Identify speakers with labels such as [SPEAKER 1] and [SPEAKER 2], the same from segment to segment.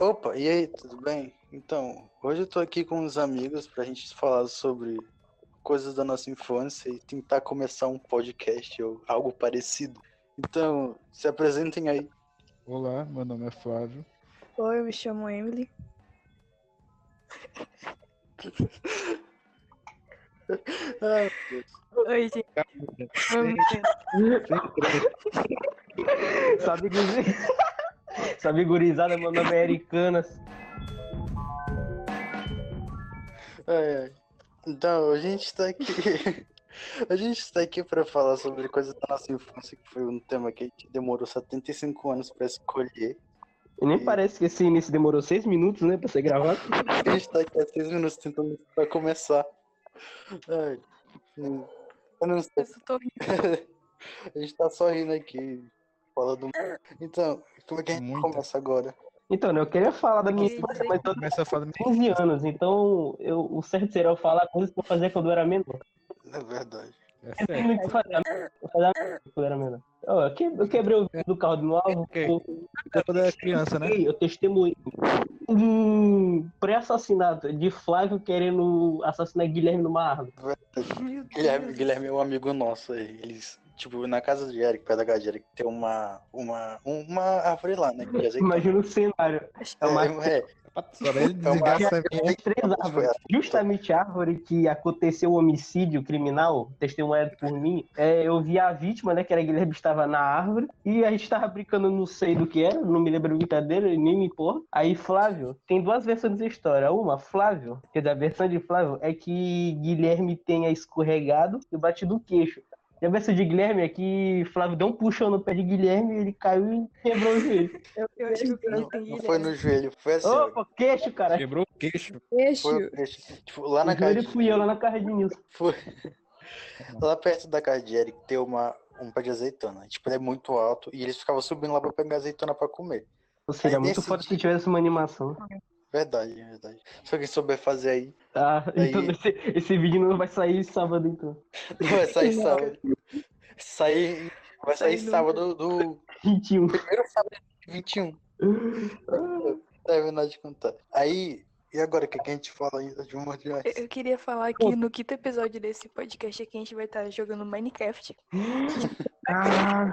[SPEAKER 1] Opa, e aí, tudo bem? Então, hoje eu tô aqui com uns amigos pra gente falar sobre coisas da nossa infância e tentar começar um podcast ou algo parecido. Então, se apresentem aí.
[SPEAKER 2] Olá, meu nome é Flávio.
[SPEAKER 3] Oi, eu me chamo Emily.
[SPEAKER 1] Ah,
[SPEAKER 3] Oi, gente. Oi,
[SPEAKER 4] Sabe, guri... Sabe gurizada, meu nome é Ericanas.
[SPEAKER 1] ai, ai. Então, a gente tá aqui. A gente tá aqui pra falar sobre coisas da nossa infância, que foi um tema que a gente demorou 75 anos pra escolher.
[SPEAKER 4] E nem parece que esse início demorou seis minutos, né, pra ser gravado.
[SPEAKER 1] A gente tá aqui há seis minutos tentando pra começar. Ai, hum, eu não sei.
[SPEAKER 3] eu só tô rindo.
[SPEAKER 1] A gente tá só rindo aqui. Fala do. Então, como é que a gente
[SPEAKER 2] Muito.
[SPEAKER 1] começa agora?
[SPEAKER 4] Então, né, eu queria falar da minha infância, mas eu
[SPEAKER 2] Começa a falar
[SPEAKER 4] tenho 15 anos, então eu, o certo seria eu falar coisas que eu fazia quando eu era menor.
[SPEAKER 1] É verdade.
[SPEAKER 2] é
[SPEAKER 4] Eu
[SPEAKER 2] sério.
[SPEAKER 4] não fazia merda, eu fazia merda quando eu era menor. Ó, Eu, que- eu quebrei o vidro do carro do meu avô,
[SPEAKER 2] É. Ok. É, Quando era criança, né?
[SPEAKER 4] eu testemunhei um pré-assassinato de Flávio querendo assassinar Guilherme numa árvore.
[SPEAKER 3] Meu
[SPEAKER 1] Guilherme,
[SPEAKER 3] Deus.
[SPEAKER 1] Guilherme é um amigo nosso aí. Eles, tipo, na casa de Eric, perto da casa de Eric, tem uma, uma, uma árvore lá, né? Que é azeitona.
[SPEAKER 4] Imagina o cenário. É uma
[SPEAKER 1] É, assim, é,
[SPEAKER 2] Agora Então, ele desgraça
[SPEAKER 4] É três árvores. Justamente a árvore que aconteceu o homicídio criminal, testemunhado por mim, é, eu vi a vítima, né, que era Guilherme, estava na árvore, e a gente estava brincando, não sei do que era, não me lembro brincadeira, nem me importa. Aí Flávio, tem duas versões da história. Uma, Flávio, quer dizer, a versão de Flávio é que Guilherme tenha escorregado e batido o queixo. E a versão de Guilherme é que Flávio deu um puxão no pé de Guilherme, ele caiu e quebrou o joelho.
[SPEAKER 3] Eu, eu né? acho que o
[SPEAKER 1] não,
[SPEAKER 3] Guilherme tem
[SPEAKER 1] não foi
[SPEAKER 3] Guilherme.
[SPEAKER 1] no joelho, foi assim. ó,
[SPEAKER 4] Opa, queixo, cara.
[SPEAKER 2] Quebrou o queixo.
[SPEAKER 1] Foi, tipo, lá na
[SPEAKER 4] O
[SPEAKER 1] casa
[SPEAKER 4] joelho
[SPEAKER 1] de
[SPEAKER 4] fui eu lá na casa de Nilson.
[SPEAKER 1] Foi. Lá perto da casa de Eric tem uma, um pé de azeitona. Tipo, ele é muito alto e eles ficavam subindo lá pra pegar azeitona pra comer.
[SPEAKER 4] Ou seja,
[SPEAKER 1] Aí
[SPEAKER 4] muito
[SPEAKER 1] nesse
[SPEAKER 4] foda
[SPEAKER 1] É, dia-
[SPEAKER 4] se tivesse uma animação.
[SPEAKER 1] Verdade, verdade. Se alguém souber fazer aí,
[SPEAKER 4] Tá,
[SPEAKER 1] Ah, Aí-
[SPEAKER 4] então esse, esse vídeo não vai sair sábado, então.
[SPEAKER 1] vai sair
[SPEAKER 3] Não.
[SPEAKER 1] sábado. Sair, vai
[SPEAKER 3] Sai
[SPEAKER 1] sair
[SPEAKER 3] nunca.
[SPEAKER 1] sábado do
[SPEAKER 4] 21.
[SPEAKER 1] primeiro sábado de 21. Terminar de contar. Aí, e agora o que, que a gente fala ainda de uma de
[SPEAKER 3] Eu,
[SPEAKER 1] arte?
[SPEAKER 3] eu queria falar que no quinto episódio desse podcast aqui a gente vai estar jogando Minecraft.
[SPEAKER 4] Ah,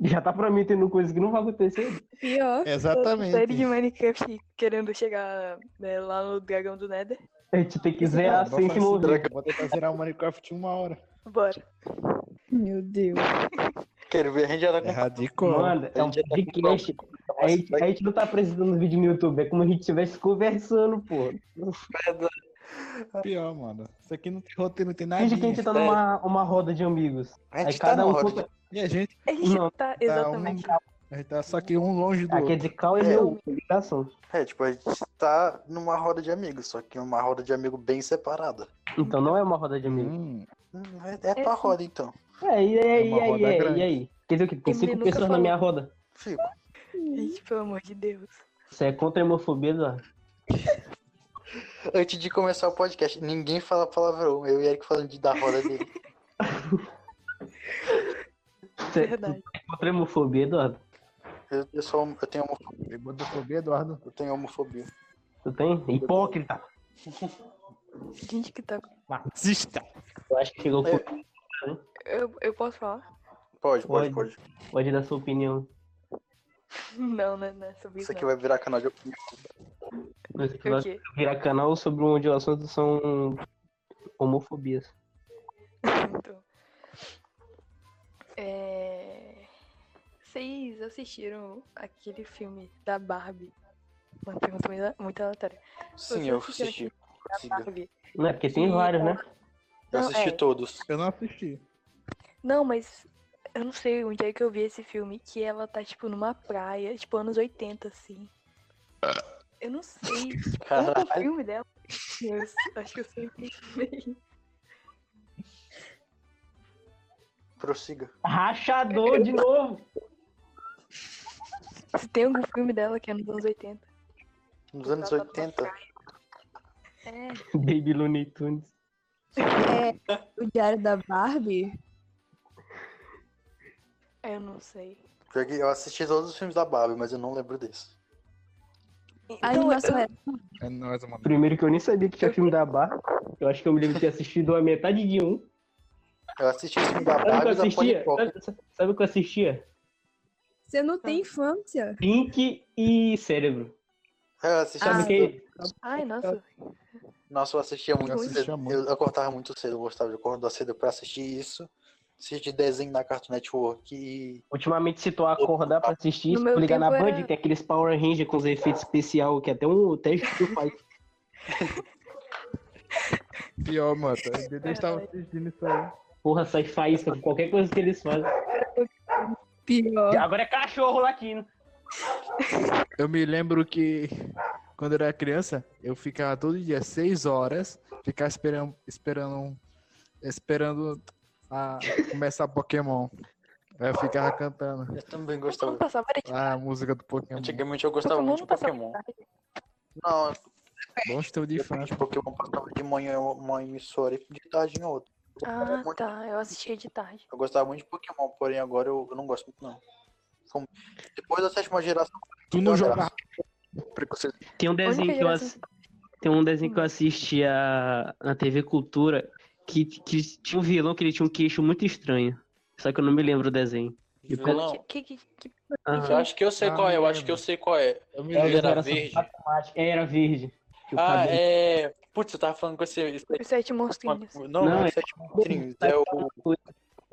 [SPEAKER 4] já tá prometendo coisa que não vai acontecer.
[SPEAKER 3] E ó,
[SPEAKER 2] Exatamente.
[SPEAKER 3] série de Minecraft querendo chegar né, lá no Dragão do Nether.
[SPEAKER 4] A gente tem que
[SPEAKER 1] é
[SPEAKER 4] zerar sem se mover.
[SPEAKER 2] Vou tentar zerar o Minecraft em uma hora.
[SPEAKER 3] Bora.
[SPEAKER 5] Meu Deus.
[SPEAKER 1] Quero ver, a gente já tá
[SPEAKER 2] É
[SPEAKER 1] com
[SPEAKER 2] radical.
[SPEAKER 4] Mano, é um
[SPEAKER 1] A gente tá com
[SPEAKER 4] podcast. A gente, a gente não tá precisando de vídeo no YouTube, é como a gente estivesse conversando, pô.
[SPEAKER 2] é Pior, mano. Isso aqui não tem roteiro, não tem nada.
[SPEAKER 4] Finge que a gente tá numa uma roda de amigos.
[SPEAKER 1] é. A
[SPEAKER 4] Aí
[SPEAKER 1] gente tá
[SPEAKER 4] cada
[SPEAKER 1] na
[SPEAKER 4] um
[SPEAKER 1] roda.
[SPEAKER 4] conta.
[SPEAKER 2] E a gente
[SPEAKER 3] A gente
[SPEAKER 4] Não,
[SPEAKER 3] tá,
[SPEAKER 2] tá um...
[SPEAKER 3] exatamente.
[SPEAKER 2] A gente tá só que um longe do
[SPEAKER 4] Aqui é
[SPEAKER 2] outro.
[SPEAKER 4] de cal e
[SPEAKER 1] É.
[SPEAKER 4] meu ligação.
[SPEAKER 1] É, tipo, a gente tá numa roda de amigos, só que uma roda de amigo bem separada.
[SPEAKER 4] Então não é uma roda de amigos.
[SPEAKER 2] Hum,
[SPEAKER 1] Hum, É, é tua
[SPEAKER 3] É.
[SPEAKER 1] roda, então.
[SPEAKER 4] É, e aí,
[SPEAKER 2] É
[SPEAKER 4] e
[SPEAKER 2] uma
[SPEAKER 4] aí,
[SPEAKER 2] roda
[SPEAKER 4] e aí,
[SPEAKER 2] grande.
[SPEAKER 4] e aí? Quer dizer que tem
[SPEAKER 3] Ele
[SPEAKER 4] cinco
[SPEAKER 3] nunca
[SPEAKER 4] pessoas na
[SPEAKER 3] falou.
[SPEAKER 4] minha roda.
[SPEAKER 1] Fico.
[SPEAKER 3] Gente, pelo amor de Deus.
[SPEAKER 4] Isso é contra a homofobia, Eduardo.
[SPEAKER 1] Antes de começar o podcast, ninguém fala palavrão. Eu e Eric falando de da roda dele.
[SPEAKER 4] Isso é
[SPEAKER 3] Verdade.
[SPEAKER 4] contra a homofobia, Eduardo.
[SPEAKER 1] Eu, eu sou homo- eu tenho homo-
[SPEAKER 2] pegou do Fobia, Eduardo.
[SPEAKER 1] eu tenho homofobia.
[SPEAKER 4] Tu tem? Hipócrita.
[SPEAKER 3] Gente que tá.
[SPEAKER 2] Assista.
[SPEAKER 4] Eu acho que chegou.
[SPEAKER 1] É.
[SPEAKER 3] Eu, eu posso falar?
[SPEAKER 1] Pode, pode, pode.
[SPEAKER 4] Pode. Pode dar sua opinião.
[SPEAKER 3] Não, né? Não é
[SPEAKER 1] Isso
[SPEAKER 3] sobre isso.
[SPEAKER 1] aqui
[SPEAKER 3] Não.
[SPEAKER 1] vai virar canal de opinião.
[SPEAKER 4] Você
[SPEAKER 3] O
[SPEAKER 4] vai
[SPEAKER 3] quê?
[SPEAKER 4] virar canal sobre onde o assunto são homofobias.
[SPEAKER 3] Então. É... Vocês assistiram aquele filme da Barbie? Uma pergunta muito- muito aleatória.
[SPEAKER 1] Sim,
[SPEAKER 3] Você
[SPEAKER 1] eu
[SPEAKER 3] assistiu
[SPEAKER 1] assisti.
[SPEAKER 3] Da
[SPEAKER 1] Siga.
[SPEAKER 3] Barbie.
[SPEAKER 4] Não é? Porque tem
[SPEAKER 3] E-
[SPEAKER 4] vários, né?
[SPEAKER 1] Eu
[SPEAKER 3] Não,
[SPEAKER 1] assisti
[SPEAKER 3] é.
[SPEAKER 1] todos.
[SPEAKER 2] Eu não assisti.
[SPEAKER 3] Não, mas eu não sei onde é que eu vi esse filme, que ela tá, tipo, numa praia, tipo, anos 80, assim. Eu não sei. Qual é o
[SPEAKER 1] Caralho.
[SPEAKER 3] filme dela? Eu acho que eu sei o que foi.
[SPEAKER 1] Prossiga.
[SPEAKER 4] Rachador de novo.
[SPEAKER 3] é. Se tem algum filme dela que é nos anos 80.
[SPEAKER 1] Nos anos 80.
[SPEAKER 3] É,
[SPEAKER 4] Baby Looney Tunes.
[SPEAKER 5] O Diário da Barbie?
[SPEAKER 3] eu não sei.
[SPEAKER 1] Pior que Eu assisti todos os filmes da Barbie, mas eu não lembro desse.
[SPEAKER 5] A
[SPEAKER 3] Então,
[SPEAKER 5] animação
[SPEAKER 3] eu-
[SPEAKER 5] era.
[SPEAKER 2] É nóis, mano.
[SPEAKER 4] Primeiro que eu nem sabia que tinha filme da Barbie. Eu acho que eu me lembro de ter assistido a metade de um.
[SPEAKER 1] Eu assisti o filme da
[SPEAKER 4] Sabe o que
[SPEAKER 1] Barbie
[SPEAKER 4] eu
[SPEAKER 1] e da
[SPEAKER 4] assistia?
[SPEAKER 1] Polipoca.
[SPEAKER 4] Sabe- Sabe o que eu assistia?
[SPEAKER 5] Você não tem infância.
[SPEAKER 4] Pink e Cérebro.
[SPEAKER 1] Eu assistia
[SPEAKER 4] Sabe
[SPEAKER 5] Ah,
[SPEAKER 4] o que?
[SPEAKER 3] Ai, nossa.
[SPEAKER 1] Nossa, eu assistia muito
[SPEAKER 2] assistia
[SPEAKER 1] cedo.
[SPEAKER 2] muito.
[SPEAKER 1] Eu acordava muito cedo, eu gostava de acordar cedo pra assistir isso. Assistir desenho na Cartoon Network e.
[SPEAKER 4] Ultimamente, se tu acordar pra assistir,
[SPEAKER 3] No
[SPEAKER 4] se
[SPEAKER 3] meu
[SPEAKER 4] tu ligar na
[SPEAKER 3] tempo
[SPEAKER 4] Band,
[SPEAKER 3] era-
[SPEAKER 4] tem aqueles Power Ranger com os efeitos especial que até um teste tu faz.
[SPEAKER 2] Pior, mano. O Dedê estava assistindo isso aí.
[SPEAKER 4] Porra, sai faísca, qualquer coisa que eles fazem.
[SPEAKER 5] Pior.
[SPEAKER 4] Agora é cachorro latindo.
[SPEAKER 2] Eu me lembro que quando eu era criança, eu ficava todo dia seis horas, ficava esperando, esperando, esperando a começar Pokémon. Aí eu ficava cantando
[SPEAKER 1] Eu também
[SPEAKER 3] Não
[SPEAKER 1] gostava.
[SPEAKER 3] passava era de
[SPEAKER 2] a música do Pokémon.
[SPEAKER 1] Antigamente eu gostava
[SPEAKER 3] Pokémon
[SPEAKER 1] muito de
[SPEAKER 3] não passava
[SPEAKER 1] Pokémon. Não,
[SPEAKER 2] Bom tempo de fã.
[SPEAKER 1] de Pokémon passava de manhã em uma emissora e de tarde em outra. Era
[SPEAKER 3] Ah,
[SPEAKER 1] muito-
[SPEAKER 3] tá. Eu assistia de tarde.
[SPEAKER 1] Eu gostava muito de Pokémon, porém agora eu, eu não gosto muito, não. Como- Depois da sétima geração.
[SPEAKER 2] Tu não
[SPEAKER 1] eu
[SPEAKER 2] jogava.
[SPEAKER 1] Preconceito.
[SPEAKER 4] Tem um desenho que eu,
[SPEAKER 3] geração-
[SPEAKER 4] ass- tem um desenho que
[SPEAKER 3] Hum.
[SPEAKER 4] eu assisti a- na TV Cultura que, que tinha um vilão que ele tinha um queixo muito estranho. Só que eu não me lembro o desenho. E como-
[SPEAKER 1] Vilão.
[SPEAKER 3] Que, que, que, que...
[SPEAKER 1] Eu acho que eu sei
[SPEAKER 2] Ah,
[SPEAKER 1] qual é, eu
[SPEAKER 2] não
[SPEAKER 1] acho que eu
[SPEAKER 2] lembro.
[SPEAKER 1] sei qual é.
[SPEAKER 2] Eu me
[SPEAKER 1] Era
[SPEAKER 4] Era
[SPEAKER 2] lembro.
[SPEAKER 4] geração
[SPEAKER 1] verde?
[SPEAKER 4] matemática. Era verde. Que o
[SPEAKER 1] Ah,
[SPEAKER 4] cabelo-
[SPEAKER 1] é. Putz, eu tava falando com esse. esse-
[SPEAKER 3] Os sete monstrinhos.
[SPEAKER 1] Não,
[SPEAKER 4] Não,
[SPEAKER 1] não,
[SPEAKER 4] é-
[SPEAKER 1] é sete monstrinhos. É o.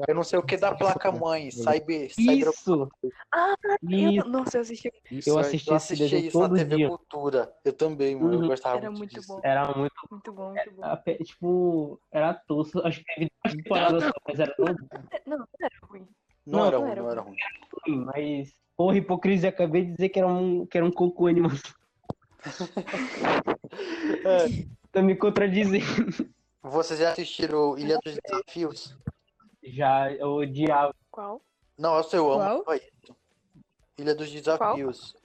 [SPEAKER 1] Eu não sei o que da placa mãe. Cyber. cyber...
[SPEAKER 4] Isso!
[SPEAKER 3] Ah,
[SPEAKER 4] Isso!
[SPEAKER 3] Eu... Nossa, eu assisti.
[SPEAKER 2] Isso
[SPEAKER 4] Eu
[SPEAKER 2] aí.
[SPEAKER 4] assisti
[SPEAKER 1] Eu
[SPEAKER 4] esse
[SPEAKER 1] assisti
[SPEAKER 4] desenho
[SPEAKER 1] isso na
[SPEAKER 4] todo
[SPEAKER 1] TV
[SPEAKER 4] dia.
[SPEAKER 1] Cultura. Eu também, mano.
[SPEAKER 4] Uhum.
[SPEAKER 1] Eu gostava
[SPEAKER 3] Era
[SPEAKER 1] muito
[SPEAKER 3] muito
[SPEAKER 1] disso.
[SPEAKER 3] bom.
[SPEAKER 4] Era muito.
[SPEAKER 3] Muito bom, muito bom.
[SPEAKER 4] a pe- Tipo, era tosco. Acho que teve duas temporadas, só, mas era todo
[SPEAKER 1] É.
[SPEAKER 3] Não, não era ruim.
[SPEAKER 1] Não,
[SPEAKER 4] Não,
[SPEAKER 1] era
[SPEAKER 3] não
[SPEAKER 1] ruim,
[SPEAKER 3] era
[SPEAKER 1] não
[SPEAKER 3] ruim.
[SPEAKER 1] era ruim.
[SPEAKER 4] ruim, mas. Porra, hipocrisia, acabei de dizer que era um, que era um cocô animal. Tá me contradizendo.
[SPEAKER 1] Vocês já assistiram Ilha dos Desafios?
[SPEAKER 4] Já, eu odiava.
[SPEAKER 3] Qual?
[SPEAKER 1] Não, eu sei, eu amo.
[SPEAKER 5] Qual?
[SPEAKER 1] Olha isso. Ilha dos Desafios.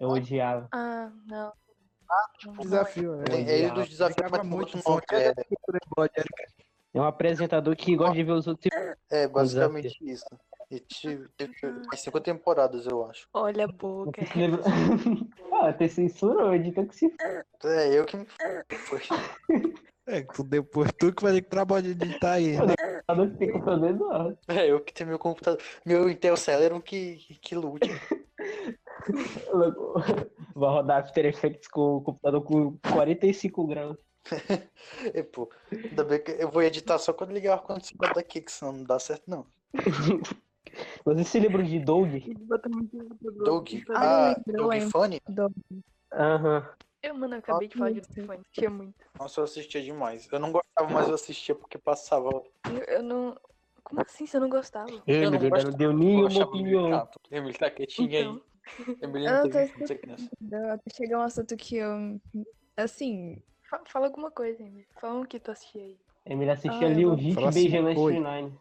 [SPEAKER 4] Eu odiava.
[SPEAKER 3] Ah, não.
[SPEAKER 1] Ah, tipo
[SPEAKER 3] Não, não é.
[SPEAKER 2] Desafio, né?
[SPEAKER 1] Tem- É Ilha dos Desafios, mas
[SPEAKER 2] Ficava
[SPEAKER 1] tem outro
[SPEAKER 2] muito
[SPEAKER 1] nome.
[SPEAKER 2] forte.
[SPEAKER 1] É,
[SPEAKER 4] É um apresentador que gosta de ver os outros. se-
[SPEAKER 1] é basicamente isso. E tive, teve umas cinco temporadas, eu acho.
[SPEAKER 3] Olha a boca.
[SPEAKER 4] se lembra- ah, até censurou, editou que se.
[SPEAKER 1] É, eu que me. Foi.
[SPEAKER 2] É, tu depois tu que vai ter que trabalhar de editar aí. né?
[SPEAKER 4] foda, que Ficou fazendo hora.
[SPEAKER 1] É, eu que tenho meu computador. Meu Intel Celeron que, que lute.
[SPEAKER 4] Vai rodar After Effects com o computador com 45 graus.
[SPEAKER 1] É, pô, ainda bem que eu vou editar só quando ligar o ar-condicionado daqui, que senão não dá certo, não.
[SPEAKER 4] Você se lembra de Doug?
[SPEAKER 1] Doug.
[SPEAKER 5] Ah,
[SPEAKER 1] Ah,
[SPEAKER 5] lembrou,
[SPEAKER 1] Doug
[SPEAKER 5] hein?
[SPEAKER 1] Funny?
[SPEAKER 4] Aham.
[SPEAKER 3] Eu, mano, eu acabei de falar de Fone. Tinha muito.
[SPEAKER 1] Nossa, eu assistia demais. Eu não gostava, mas eu assistia porque passava.
[SPEAKER 3] Eu, eu não. Como assim? Você não gostava?
[SPEAKER 1] Eu não
[SPEAKER 4] Ele
[SPEAKER 1] gosto-
[SPEAKER 4] não deu um
[SPEAKER 1] Eu
[SPEAKER 4] nenhuma
[SPEAKER 1] achava meio
[SPEAKER 4] opinião.
[SPEAKER 1] chato. Eu me tá quietinho aí.
[SPEAKER 3] Então,
[SPEAKER 1] Eu me
[SPEAKER 5] Eu
[SPEAKER 1] lembro
[SPEAKER 5] tô
[SPEAKER 1] de ter criança.
[SPEAKER 5] Até chegar um assunto que eu. Assim.
[SPEAKER 3] fa- fala alguma coisa, Emily. Fala um que tu assistia aí.
[SPEAKER 4] Emily assistia
[SPEAKER 5] Ah, eu
[SPEAKER 4] É ali o
[SPEAKER 5] não-
[SPEAKER 4] Vic
[SPEAKER 2] Próximo,
[SPEAKER 4] beijando a
[SPEAKER 2] oi.
[SPEAKER 4] Shrine.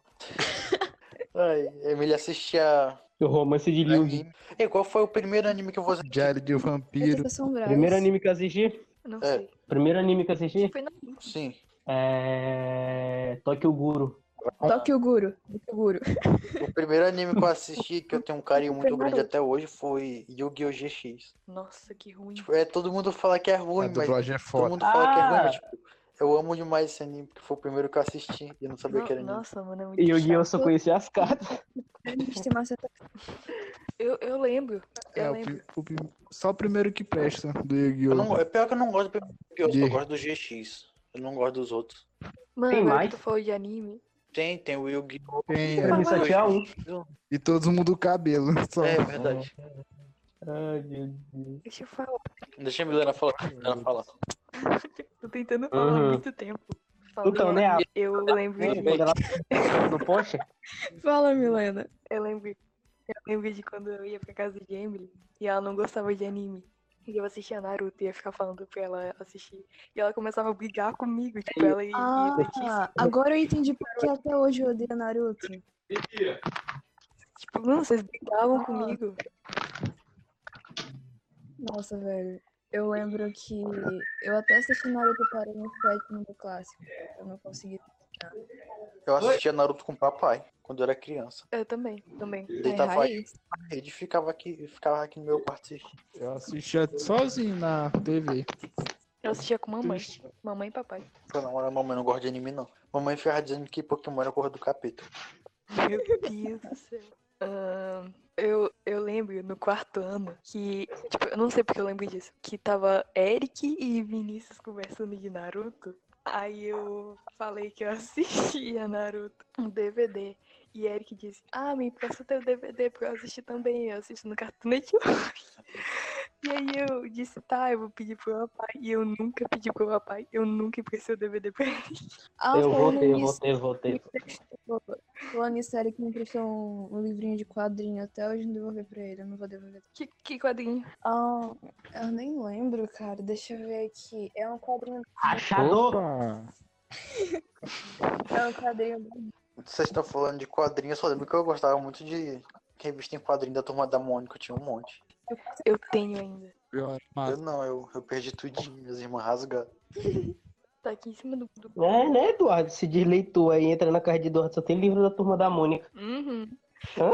[SPEAKER 1] Ai, Emily assistia.
[SPEAKER 4] O romance de Liu Vic.
[SPEAKER 1] anime. Ei, qual foi o primeiro anime que eu vou assistir?
[SPEAKER 2] Diário de um vampiro.
[SPEAKER 5] Vocês são bravos.
[SPEAKER 4] Primeiro anime que eu assisti?
[SPEAKER 3] Eu Não
[SPEAKER 1] É.
[SPEAKER 3] sei.
[SPEAKER 4] Primeiro anime que eu assisti?
[SPEAKER 3] Foi na
[SPEAKER 1] Sim.
[SPEAKER 4] É. Tokyo Guru.
[SPEAKER 5] Toque o Guru. Toque o Guru.
[SPEAKER 1] O primeiro anime que eu assisti, que eu tenho um carinho muito
[SPEAKER 3] Foi
[SPEAKER 1] grande
[SPEAKER 3] Naruto.
[SPEAKER 1] até hoje, foi Yu-Gi-Oh! GX.
[SPEAKER 3] Nossa, que ruim.
[SPEAKER 1] Tipo, é, todo mundo fala que é
[SPEAKER 2] A
[SPEAKER 1] ruim, mas
[SPEAKER 2] dublagem é
[SPEAKER 1] Todo
[SPEAKER 2] foda.
[SPEAKER 1] mundo fala que é ruim,
[SPEAKER 4] Ah!
[SPEAKER 1] mas tipo, eu amo demais esse anime, porque foi o primeiro que eu assisti e eu não sabia
[SPEAKER 3] No-
[SPEAKER 1] que era anime.
[SPEAKER 3] Nossa, mano, é muito
[SPEAKER 4] E o Gui eu
[SPEAKER 3] chato.
[SPEAKER 4] só conhecia as cartas.
[SPEAKER 5] Tem uma certa-
[SPEAKER 3] Eu, eu lembro. Eu
[SPEAKER 2] É, o
[SPEAKER 3] lembro.
[SPEAKER 2] pri- o pri- só o primeiro que presta do Yu-Gi-Oh!
[SPEAKER 1] Eu não, é pior que eu não gosto do Yu-Gi-Oh! eu só
[SPEAKER 2] De-
[SPEAKER 1] gosto do GX. Eu não gosto dos outros.
[SPEAKER 3] Mano,
[SPEAKER 4] Tem
[SPEAKER 3] agora
[SPEAKER 4] mais?
[SPEAKER 3] que tu falou de anime.
[SPEAKER 1] Tem, tem o Yu-Gi-Oh!
[SPEAKER 2] Tem,
[SPEAKER 4] Pra
[SPEAKER 2] é,
[SPEAKER 4] mim só tinha um.
[SPEAKER 2] e todo mundo cabelo. Só.
[SPEAKER 1] É verdade.
[SPEAKER 4] Ai, meu Deus.
[SPEAKER 3] Deixa eu falar.
[SPEAKER 1] Deixa a Milena falar. Milena fala.
[SPEAKER 3] Tô tentando falar há
[SPEAKER 4] Uhum.
[SPEAKER 3] muito tempo. Falei,
[SPEAKER 4] Então, né, a-
[SPEAKER 3] Eu lembro de.
[SPEAKER 4] Quando ela no post,
[SPEAKER 5] Fala, Milena.
[SPEAKER 3] Eu lembro, eu lembro de quando eu ia pra casa de Emily e ela não gostava de anime. E eu assistia Naruto e ia ficar falando pra ela assistir. E ela começava a brigar comigo, tipo, ela e, e Letícia.
[SPEAKER 5] Ah, agora eu entendi por que até hoje eu odeio Naruto.
[SPEAKER 3] Tipo, mano, vocês brigavam
[SPEAKER 5] Ah.
[SPEAKER 3] comigo.
[SPEAKER 5] Nossa, velho. Eu lembro que eu até assisti Naruto para no sétimo do clássico. Eu não consegui.
[SPEAKER 1] Eu assistia Naruto com papai quando eu era criança.
[SPEAKER 3] Eu também, também.
[SPEAKER 5] É
[SPEAKER 1] Deitava aí
[SPEAKER 5] raiz.
[SPEAKER 1] na rede e ficava aqui, ficava aqui no meu quarto. assistindo.
[SPEAKER 2] Eu assistia sozinho na TV.
[SPEAKER 3] Eu assistia com mamãe. Mamãe e papai.
[SPEAKER 1] Falei, não, olha, mamãe não gosta de anime, não. Mamãe ficava dizendo que Pokémon era a cor do capeta.
[SPEAKER 3] Meu Deus do céu. Ahn, eu, eu lembro no quarto ano que, tipo, eu não sei porque eu lembro disso, que tava Eric e Vinícius conversando de Naruto. Aí eu falei que eu assistia Naruto, um DVD. E Eric disse: Ah, me empresta o teu DVD pra eu assistir também. Eu assisto no Cartoon Network. E aí eu disse: Tá, eu vou pedir pro meu papai. E eu nunca pedi pro meu pai. Eu nunca emprestei o DVD pra ele.
[SPEAKER 5] Ah,
[SPEAKER 4] Eu
[SPEAKER 5] falando
[SPEAKER 4] voltei, eu
[SPEAKER 5] nisso,
[SPEAKER 4] voltei, eu voltei.
[SPEAKER 5] falando nisso, Eric me emprestou um, um livrinho de quadrinho até hoje não devolver pra ele, eu não vou devolver.
[SPEAKER 3] Que, que quadrinho.
[SPEAKER 5] Ah, eu nem lembro, cara, deixa eu ver aqui. É um quadrinho,
[SPEAKER 4] Achador!
[SPEAKER 2] Opa!
[SPEAKER 5] é um quadrinho
[SPEAKER 1] Vocês estão falando de quadrinhos, eu só lembro que eu gostava muito de revista em quadrinho da turma da Mônica, eu tinha um monte.
[SPEAKER 3] Eu tenho ainda.
[SPEAKER 2] Eu era uma-
[SPEAKER 1] Eu não, eu, eu perdi tudinho, minhas irmãs rasgaram.
[SPEAKER 3] Tá aqui em cima do. do...
[SPEAKER 4] É, né, Eduardo? Se diz leitor aí, entra na casa de Eduardo, só tem livro da turma da Mônica.
[SPEAKER 3] Uhum.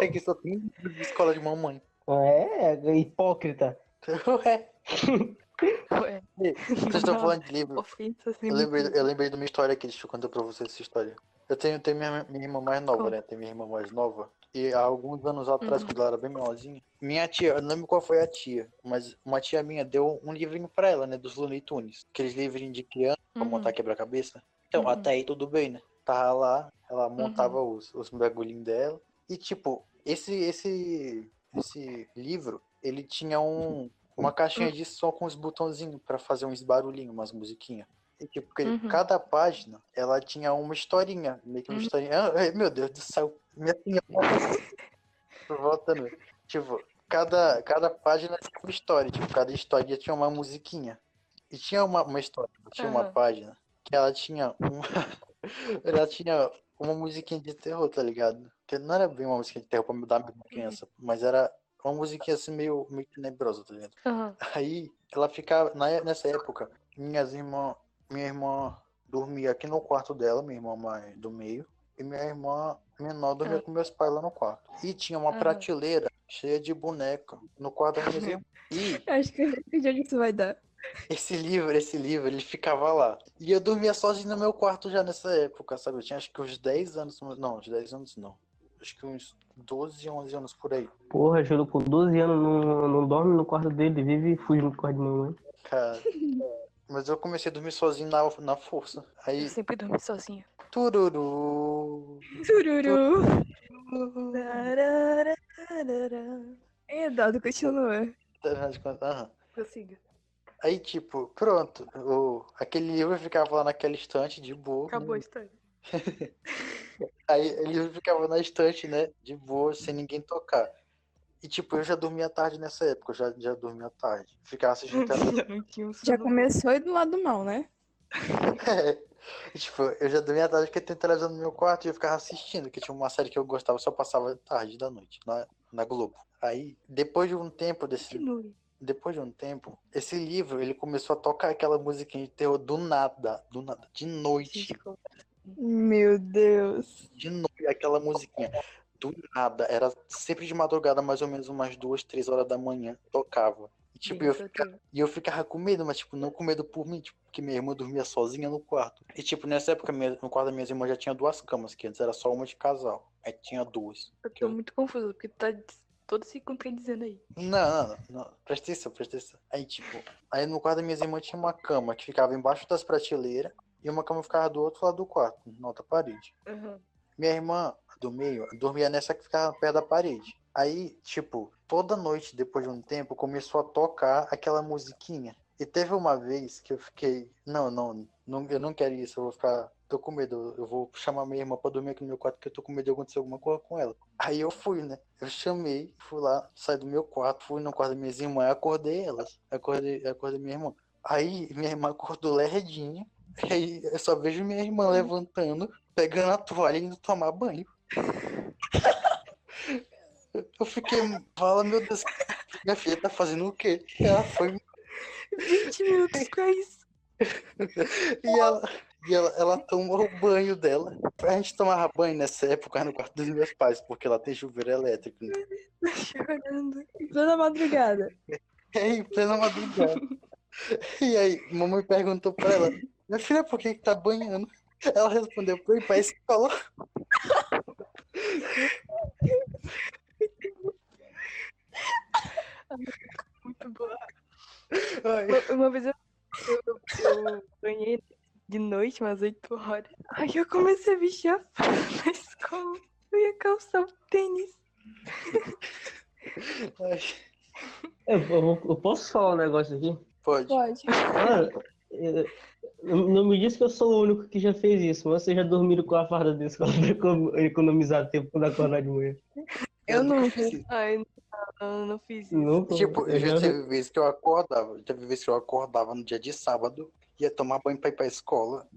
[SPEAKER 1] É que só tem livro de escola de mamãe.
[SPEAKER 4] É, é hipócrita.
[SPEAKER 1] Ué.
[SPEAKER 3] Ué,
[SPEAKER 1] Vocês estão falando de livro.
[SPEAKER 3] ofensa assim.
[SPEAKER 1] Eu lembrei, eu lembrei de uma história que deixa eu contar pra vocês essa história. Eu tenho, tenho minha, minha irmã mais nova,
[SPEAKER 3] Conta.
[SPEAKER 1] né? Tem minha irmã mais nova. E há alguns anos atrás,
[SPEAKER 3] Uhum.
[SPEAKER 1] quando ela era bem menorzinha, minha tia, eu não lembro qual foi a tia, mas uma tia minha deu um livrinho pra ela, né? Dos Looney Tunes. Aqueles livrinhos de criança pra
[SPEAKER 3] Uhum.
[SPEAKER 1] montar quebra-cabeça. Então,
[SPEAKER 3] Uhum.
[SPEAKER 1] até aí tudo bem, né? Tava lá, ela montava os, os bagulhinhos dela. E, tipo, esse, esse, esse livro, ele tinha um, uma caixinha de som com uns botãozinhos pra fazer uns barulhinhos, umas musiquinhas. E, tipo, que
[SPEAKER 3] Uhum.
[SPEAKER 1] cada página, ela tinha uma historinha, meio que uma
[SPEAKER 3] Uhum.
[SPEAKER 1] historinha. Ah, meu Deus do céu, minha senhora. Tô voltando. Tipo, cada, cada página tinha uma história, tipo, cada história tinha uma musiquinha. E tinha uma, uma história, tinha uma
[SPEAKER 3] Aham.
[SPEAKER 1] página que ela tinha uma. ela tinha uma musiquinha de terror, tá ligado? Que não era bem uma musiquinha de terror pra me dar medo na criança, mas era uma musiquinha assim meio, meio tenebrosa, tá ligado?
[SPEAKER 3] Aham.
[SPEAKER 1] Aí ela ficava. na- nessa época, minhas irmã, minha irmã dormia aqui no quarto dela, minha irmã mais do meio, e minha irmã menor dormia
[SPEAKER 3] Ah.
[SPEAKER 1] com meus pais lá no quarto. E tinha uma
[SPEAKER 5] Ah.
[SPEAKER 3] Aham.
[SPEAKER 1] prateleira cheia de boneca no quarto da minha irmã. E
[SPEAKER 5] Acho que eu já entendi onde isso vai dar.
[SPEAKER 1] esse livro, esse livro, ele ficava lá. E eu dormia sozinho no meu quarto já nessa época, sabe? Eu tinha acho que uns 10 anos, não, uns 10 anos não. Acho que uns 12, 11 anos por aí.
[SPEAKER 4] Porra, Júlio, com 12 anos não, não dorme no quarto dele, vive fugindo do quarto de mamãe.
[SPEAKER 1] Cara. Mas eu comecei a dormir sozinho na, na força.
[SPEAKER 3] Eu
[SPEAKER 1] Aí,
[SPEAKER 3] sempre dormi sozinha.
[SPEAKER 1] Tururu.
[SPEAKER 5] Tururu.
[SPEAKER 3] Tararararara.
[SPEAKER 5] Ei, Eduardo, continua.
[SPEAKER 1] Tá, mas quando- aham.
[SPEAKER 3] Prossiga.
[SPEAKER 1] Uhum. Aí, tipo, pronto. O, aquele livro ficava lá naquela estante de boa.
[SPEAKER 3] Acabou a história.
[SPEAKER 1] Aí o livro ficava na estante, né? De boa, sem ninguém tocar. E, tipo, eu já dormia tarde nessa época. Eu já, já dormia tarde. Ficava assistindo tele-
[SPEAKER 3] Já não tinha um
[SPEAKER 5] Já
[SPEAKER 3] sono.
[SPEAKER 5] começou e do lado mal, né?
[SPEAKER 1] É. Tipo, eu já dormia tarde porque tem televisão no meu quarto e eu ficava assistindo, que tinha uma série que eu gostava, só passava tarde da noite, na, na Globo. Aí, depois de um tempo desse,
[SPEAKER 3] Continue.
[SPEAKER 1] depois de um tempo, esse livro, ele começou a tocar aquela musiquinha de terror do nada, do nada, de noite,
[SPEAKER 3] Gente, como-
[SPEAKER 5] Meu Deus.
[SPEAKER 1] de noite, aquela musiquinha, do nada, era sempre de madrugada, mais ou menos umas duas, três horas da manhã, tocava. E, tipo, eu
[SPEAKER 3] gente, eu
[SPEAKER 1] fica-
[SPEAKER 3] tenho-
[SPEAKER 1] E eu ficava com medo, mas, tipo, não com medo por mim, tipo, porque minha irmã dormia sozinha no quarto. E, tipo, nessa época, minha- no quarto da minha irmã já tinha duas camas, que antes era só uma de casal. Aí tinha duas.
[SPEAKER 3] eu tô muito confusa, porque tá des- todo se contradizendo aí.
[SPEAKER 1] Não, não, não, não. Presta atenção, presta atenção. Aí, tipo, aí no quarto da minha irmã tinha uma cama que ficava embaixo das prateleiras e uma cama ficava do outro lado do quarto, na outra parede.
[SPEAKER 3] Aham.
[SPEAKER 1] Minha irmã, a do meio, dormia nessa que ficava perto da parede. Aí, tipo, toda noite, depois de um tempo, começou a tocar aquela musiquinha. E teve uma vez que eu fiquei, não, não, não eu não quero isso, eu vou ficar, tô com medo, eu vou chamar minha irmã pra dormir aqui no meu quarto, que eu tô com medo de acontecer alguma coisa com ela. Aí eu fui, né? Eu chamei, fui lá, saí do meu quarto, fui no quarto da minha irmã, acordei elas, acordei, acordei minha irmã. Aí minha irmã acordou lerdinha, aí eu só vejo minha irmã levantando, pegando a toalha e indo tomar banho. Eu fiquei, fala, meu Deus, minha filha tá fazendo o quê? Ela foi
[SPEAKER 3] 20 minutos pra isso.
[SPEAKER 1] e ela, E ela, ela toma o banho dela. A gente tomava banho nessa época no quarto dos meus pais, porque lá tem chuveiro elétrico. né?
[SPEAKER 3] Tô chorando.
[SPEAKER 5] Toda madrugada.
[SPEAKER 1] É, Em plena madrugada. E aí, mamãe perguntou pra ela, minha filha, por que, que tá banhando? Ela respondeu, pra ir pra escola.
[SPEAKER 3] Muito boa.
[SPEAKER 1] Ai,
[SPEAKER 3] Uma- Uma vez eu, eu, eu banhei de noite, umas 8 horas. Aí eu comecei a vestir a fralda da escola. Eu ia calçar o tênis.
[SPEAKER 1] ai.
[SPEAKER 4] Eu, vou- eu posso falar um negócio aqui?
[SPEAKER 1] Pode.
[SPEAKER 5] Pode.
[SPEAKER 4] Cara, eu- não não me diz que eu sou o único que já fez isso, mas vocês já dormiram com a farda da escola pra econo- economizar tempo quando acordar de manhã.
[SPEAKER 5] Eu não
[SPEAKER 1] fiz
[SPEAKER 5] vi.
[SPEAKER 1] isso.
[SPEAKER 3] Ai, não, não, não fiz isso.
[SPEAKER 4] Não, pô,
[SPEAKER 1] Tipo, eu já
[SPEAKER 4] já-
[SPEAKER 1] teve vezes que eu acordava. Teve vezes que eu acordava no dia de sábado, ia tomar banho pra ir pra escola.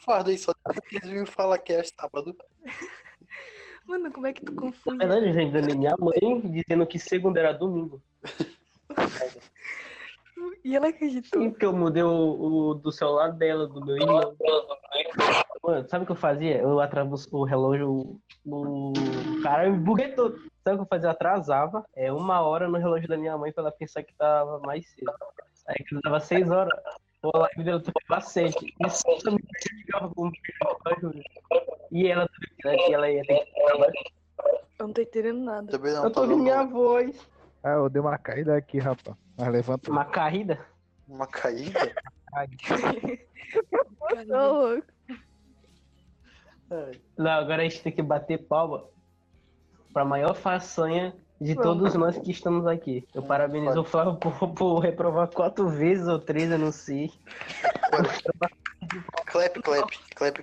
[SPEAKER 1] Farda isso, porque eles vinham falar que é sábado.
[SPEAKER 3] Mano, como é que tu
[SPEAKER 4] Na
[SPEAKER 3] confunde?
[SPEAKER 4] verdade, gente, Dani, minha mãe dizendo que segunda era domingo.
[SPEAKER 3] E ela acreditou.
[SPEAKER 4] Sim, porque eu mudei o, o do celular dela, do meu irmão. Mano, sabe o que eu fazia? Eu atravessava o relógio no. Cara, me buguei todo. Sabe o que eu fazia? Eu atrasava é, uma hora no relógio da minha mãe pra ela pensar que tava mais cedo. Aí que tava seis horas. Pô, a live dela tava seis. Isso eu me ligava com o relógio. né? E ela também, né, que ela ia ter que trabalhar.
[SPEAKER 3] Eu não tô entendendo nada.
[SPEAKER 1] Também não
[SPEAKER 4] Eu tô
[SPEAKER 1] tava
[SPEAKER 4] ouvindo minha voz.
[SPEAKER 2] Ah, eu dei uma caída aqui, rapaz. Mas levanta.
[SPEAKER 4] Uma carrida?
[SPEAKER 1] uma caída.
[SPEAKER 3] Caralho.
[SPEAKER 1] Ai,
[SPEAKER 4] Não, agora a gente tem que bater palma para a maior façanha de
[SPEAKER 3] Vamos.
[SPEAKER 4] todos nós que estamos aqui. Eu
[SPEAKER 1] Hum,
[SPEAKER 4] parabenizo o Flávio por, por reprovar quatro vezes ou três, eu não sei.
[SPEAKER 1] Clap, clap, clap, clap.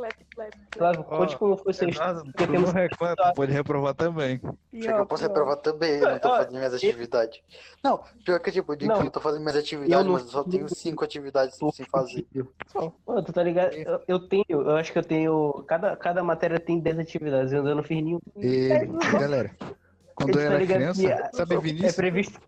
[SPEAKER 3] Clap, clap, clap.
[SPEAKER 4] Flávio, conte como
[SPEAKER 2] é
[SPEAKER 4] foi seu estudo.
[SPEAKER 2] tu não reclama, tu pode reprovar também.
[SPEAKER 1] Pior que eu posso reprovar também, eu não tô
[SPEAKER 4] Ah,
[SPEAKER 1] fazendo minhas atividades. Não, pior que tipo, eu digo
[SPEAKER 4] Não.
[SPEAKER 1] que eu tô fazendo minhas atividades,
[SPEAKER 4] não-
[SPEAKER 1] mas eu só tenho cinco atividades sem fazer.
[SPEAKER 4] Pô, tu tá ligado?
[SPEAKER 2] É
[SPEAKER 4] Eu, eu tenho, eu acho que eu tenho. Cada, cada matéria tem 10 atividades, eu ainda não fiz nenhum.
[SPEAKER 2] E, galera, quando eu
[SPEAKER 4] Tá
[SPEAKER 2] era
[SPEAKER 4] ligado
[SPEAKER 2] criança,
[SPEAKER 4] que a-
[SPEAKER 2] sabe
[SPEAKER 4] É
[SPEAKER 2] Vinícius?
[SPEAKER 4] previsto.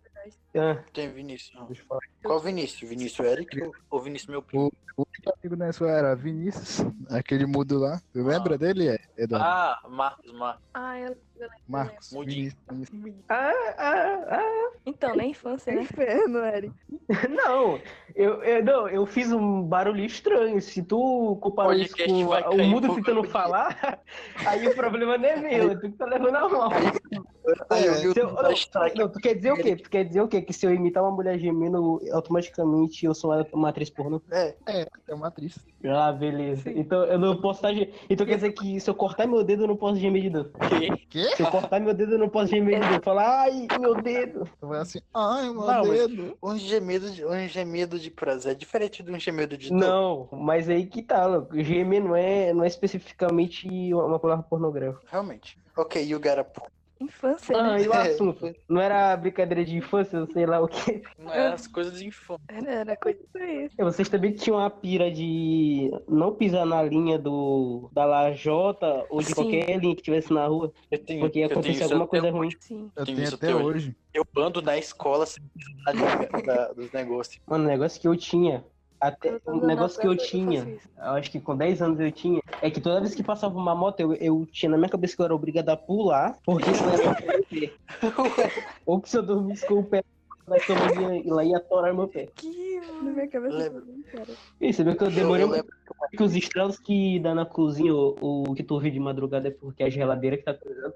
[SPEAKER 4] Ah,
[SPEAKER 1] Tem é Vinícius. não.
[SPEAKER 2] Deixa eu falar.
[SPEAKER 1] Qual é Vinícius? Vinícius Eric ou Vinícius meu primo?
[SPEAKER 2] O único amigo na sua era Vinícius, aquele mudo lá. Tu lembra dele, é, Eduardo?
[SPEAKER 1] Ah, Marcos, Marcos.
[SPEAKER 3] Ah, ela. ela-
[SPEAKER 2] Marcos.
[SPEAKER 1] Mudinho.
[SPEAKER 2] Vinícius, Vinícius.
[SPEAKER 4] ah, ah, ah.
[SPEAKER 3] Então, na infância, né?
[SPEAKER 5] Inferno, Eric.
[SPEAKER 4] Não, eu, eu- não, eu fiz um barulho estranho. Se tu comparar isso
[SPEAKER 1] Podcast
[SPEAKER 4] com
[SPEAKER 1] vai
[SPEAKER 4] a- o
[SPEAKER 1] cair
[SPEAKER 4] mudo
[SPEAKER 1] por
[SPEAKER 4] tentando
[SPEAKER 1] causa
[SPEAKER 4] falar, aí o problema não é meu, tu que tá levando a mão.
[SPEAKER 1] Aí eu vi o
[SPEAKER 4] Se eu-
[SPEAKER 1] da strike.
[SPEAKER 4] Não, tu quer dizer o quê? Tu quer dizer o quê? Que se eu imitar uma mulher gemendo, automaticamente eu sou uma, uma atriz pornô?
[SPEAKER 1] É,
[SPEAKER 2] É, é uma atriz.
[SPEAKER 4] Ah, beleza. Então eu não posso estar gemendo. Então quer dizer que se eu cortar meu dedo, eu não posso gemer de dor.
[SPEAKER 2] Quê?
[SPEAKER 4] Se eu cortar meu dedo, eu não posso gemer de dor. Falar, ai, meu dedo.
[SPEAKER 2] Tu vai assim, ai, meu
[SPEAKER 4] Não, mas-
[SPEAKER 2] dedo.
[SPEAKER 1] um gemido, de, um gemido de prazer é diferente de um gemido de dor.
[SPEAKER 4] Não, mas aí que tá, louco. Gemer não é, não é especificamente uma palavra pornográfica.
[SPEAKER 1] Realmente. Ok, you got a point.
[SPEAKER 3] Infância,
[SPEAKER 4] Ah,
[SPEAKER 3] né?
[SPEAKER 4] e o
[SPEAKER 1] É.
[SPEAKER 4] assunto? Não era brincadeira de infância, eu sei lá o quê?
[SPEAKER 1] Não é as coisas de infância.
[SPEAKER 3] Era, era coisa.
[SPEAKER 4] Vocês também tinham a pira de não pisar na linha do da lajota ou de
[SPEAKER 3] Sim.
[SPEAKER 4] qualquer linha que tivesse na rua,
[SPEAKER 1] Eu tenho,
[SPEAKER 4] porque ia
[SPEAKER 1] eu tenho
[SPEAKER 4] acontecer
[SPEAKER 1] isso
[SPEAKER 4] alguma
[SPEAKER 1] até
[SPEAKER 4] coisa
[SPEAKER 1] hoje.
[SPEAKER 4] ruim.
[SPEAKER 3] Sim.
[SPEAKER 2] Eu
[SPEAKER 1] Tem
[SPEAKER 2] tenho
[SPEAKER 1] isso
[SPEAKER 2] até
[SPEAKER 1] até hoje.
[SPEAKER 2] hoje.
[SPEAKER 1] Eu ando na escola sem precisar de- da- dos negócios.
[SPEAKER 4] Mano, o negócio que eu tinha, até
[SPEAKER 3] Não,
[SPEAKER 4] o
[SPEAKER 3] não,
[SPEAKER 4] É um negócio que eu
[SPEAKER 3] faço
[SPEAKER 4] tinha,
[SPEAKER 3] isso.
[SPEAKER 4] eu acho que com 10 anos eu tinha, é que toda vez que passava uma moto, eu, eu tinha na minha cabeça que eu era obrigado a pular, porque senão eu ia perder. Ou que se eu dormisse com o pé na cama, eu ia- ela ia atorar meu pé.
[SPEAKER 3] Que
[SPEAKER 5] Na minha cabeça.
[SPEAKER 1] Lembra.
[SPEAKER 5] Cara.
[SPEAKER 4] E você viu que eu
[SPEAKER 1] Eu,
[SPEAKER 4] demorei
[SPEAKER 1] eu
[SPEAKER 4] um
[SPEAKER 1] lembro
[SPEAKER 4] que os estralos que dá na cozinha, o, o que tu ouviu de madrugada é porque a geladeira que tá.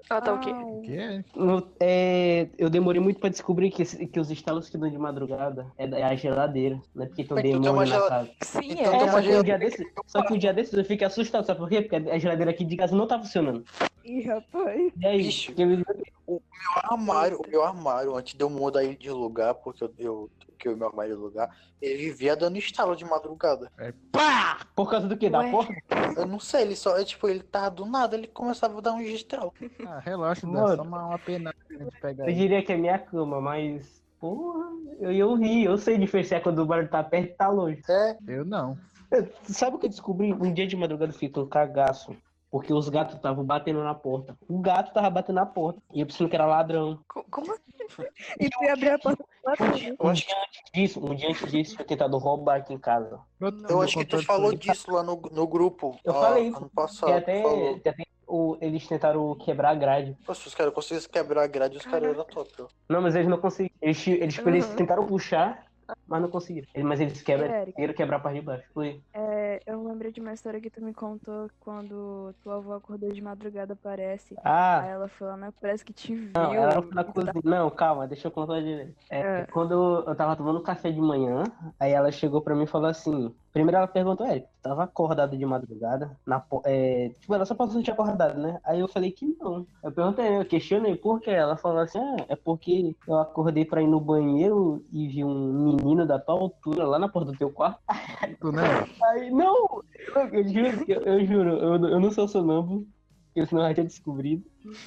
[SPEAKER 3] Ah, tá, ok.
[SPEAKER 5] Ai.
[SPEAKER 2] Que é?
[SPEAKER 4] No- é, eu demorei muito pra descobrir que, esse- que os estralos que dão de madrugada é, da- é a geladeira, né? Porque tem um
[SPEAKER 1] Mas tu É tem
[SPEAKER 4] demônio
[SPEAKER 1] uma
[SPEAKER 4] na
[SPEAKER 1] gela-
[SPEAKER 4] casa.
[SPEAKER 3] Sim,
[SPEAKER 1] Então, tem
[SPEAKER 3] é.
[SPEAKER 4] É,
[SPEAKER 1] uma
[SPEAKER 4] só, que um dia
[SPEAKER 1] geladeira
[SPEAKER 4] desse, só que um dia desses eu fiquei assustado, sabe por quê? Porque a geladeira aqui de casa não tá funcionando.
[SPEAKER 5] Ih, rapaz.
[SPEAKER 4] E aí?
[SPEAKER 1] Ixi.
[SPEAKER 4] que eu-
[SPEAKER 1] meu armário, o meu armário, antes de eu mudar ele de lugar, porque eu, eu troquei o meu armário é de lugar, ele vivia dando estalo de madrugada.
[SPEAKER 4] Por causa do quê? Da
[SPEAKER 3] Ué.
[SPEAKER 4] porta?
[SPEAKER 1] Eu não sei, ele só, é, tipo, ele tava do nada, ele começava a dar um estalo.
[SPEAKER 2] Ah, relaxa,
[SPEAKER 4] Mano.
[SPEAKER 2] Dan, só uma, uma pena que a gente pega
[SPEAKER 4] Eu
[SPEAKER 2] aí.
[SPEAKER 4] diria que é minha cama, mas. Porra, eu, eu vi, eu sei diferenciar quando o barulho tá perto e tá longe.
[SPEAKER 1] É,
[SPEAKER 2] Eu não.
[SPEAKER 4] Sabe o que eu descobri? Um dia de madrugada eu fiquei com cagaço. Porque os gatos estavam batendo na porta. Um O gato tava batendo na porta. E eu pensando que era ladrão.
[SPEAKER 3] Co- Como assim?
[SPEAKER 5] E tu ia abrir a porta
[SPEAKER 1] Eu
[SPEAKER 4] Um
[SPEAKER 1] acho
[SPEAKER 4] dia antes disso, um dia antes disso, foi tentado roubar aqui em casa.
[SPEAKER 1] Eu acho que tu falou disso lá no, no grupo.
[SPEAKER 4] Eu
[SPEAKER 1] ah,
[SPEAKER 4] falei.
[SPEAKER 1] Ano
[SPEAKER 4] Tem
[SPEAKER 1] passado.
[SPEAKER 4] até,
[SPEAKER 1] falou.
[SPEAKER 4] tem até o- eles tentaram quebrar a grade.
[SPEAKER 1] Nossa, os caras conseguissem quebrar a grade, os caras eram top. ó.
[SPEAKER 4] Não, mas eles não conseguiram. Eles, ti- eles, tipo, eles
[SPEAKER 3] Uhum.
[SPEAKER 4] tentaram puxar, mas não conseguiram. Eles- Mas eles quebra,
[SPEAKER 5] É, Eric.
[SPEAKER 4] conseguiram quebrar a parte de baixo. Foi.
[SPEAKER 5] É, eu lembrei de uma história que tu me contou quando tua avó acordou de madrugada, parece.
[SPEAKER 3] É.
[SPEAKER 4] Ah,
[SPEAKER 5] Aí ela foi lá na parece que te viu.
[SPEAKER 4] Não, ela foi na
[SPEAKER 5] e tu
[SPEAKER 4] cozinha. Não, calma, deixa eu contar direito. É,
[SPEAKER 5] É.
[SPEAKER 4] Quando eu- eu tava tomando café de manhã, aí ela chegou pra mim e falou assim. Primeiro ela perguntou, Eric, tu tava acordado de madrugada? Na, po- é, tipo, ela só passou de acordado, né? Aí eu falei que não. Eu perguntei, né? eu questionei por quê. Ela falou assim, ah, é porque eu acordei pra ir no banheiro e vi um menino da tua altura lá na porta do teu quarto.
[SPEAKER 2] Tu, né?
[SPEAKER 4] Aí, não! Eu, eu juro, eu, eu juro, eu, eu não sou sonâmbulo, porque senão eu já tinha descobrido.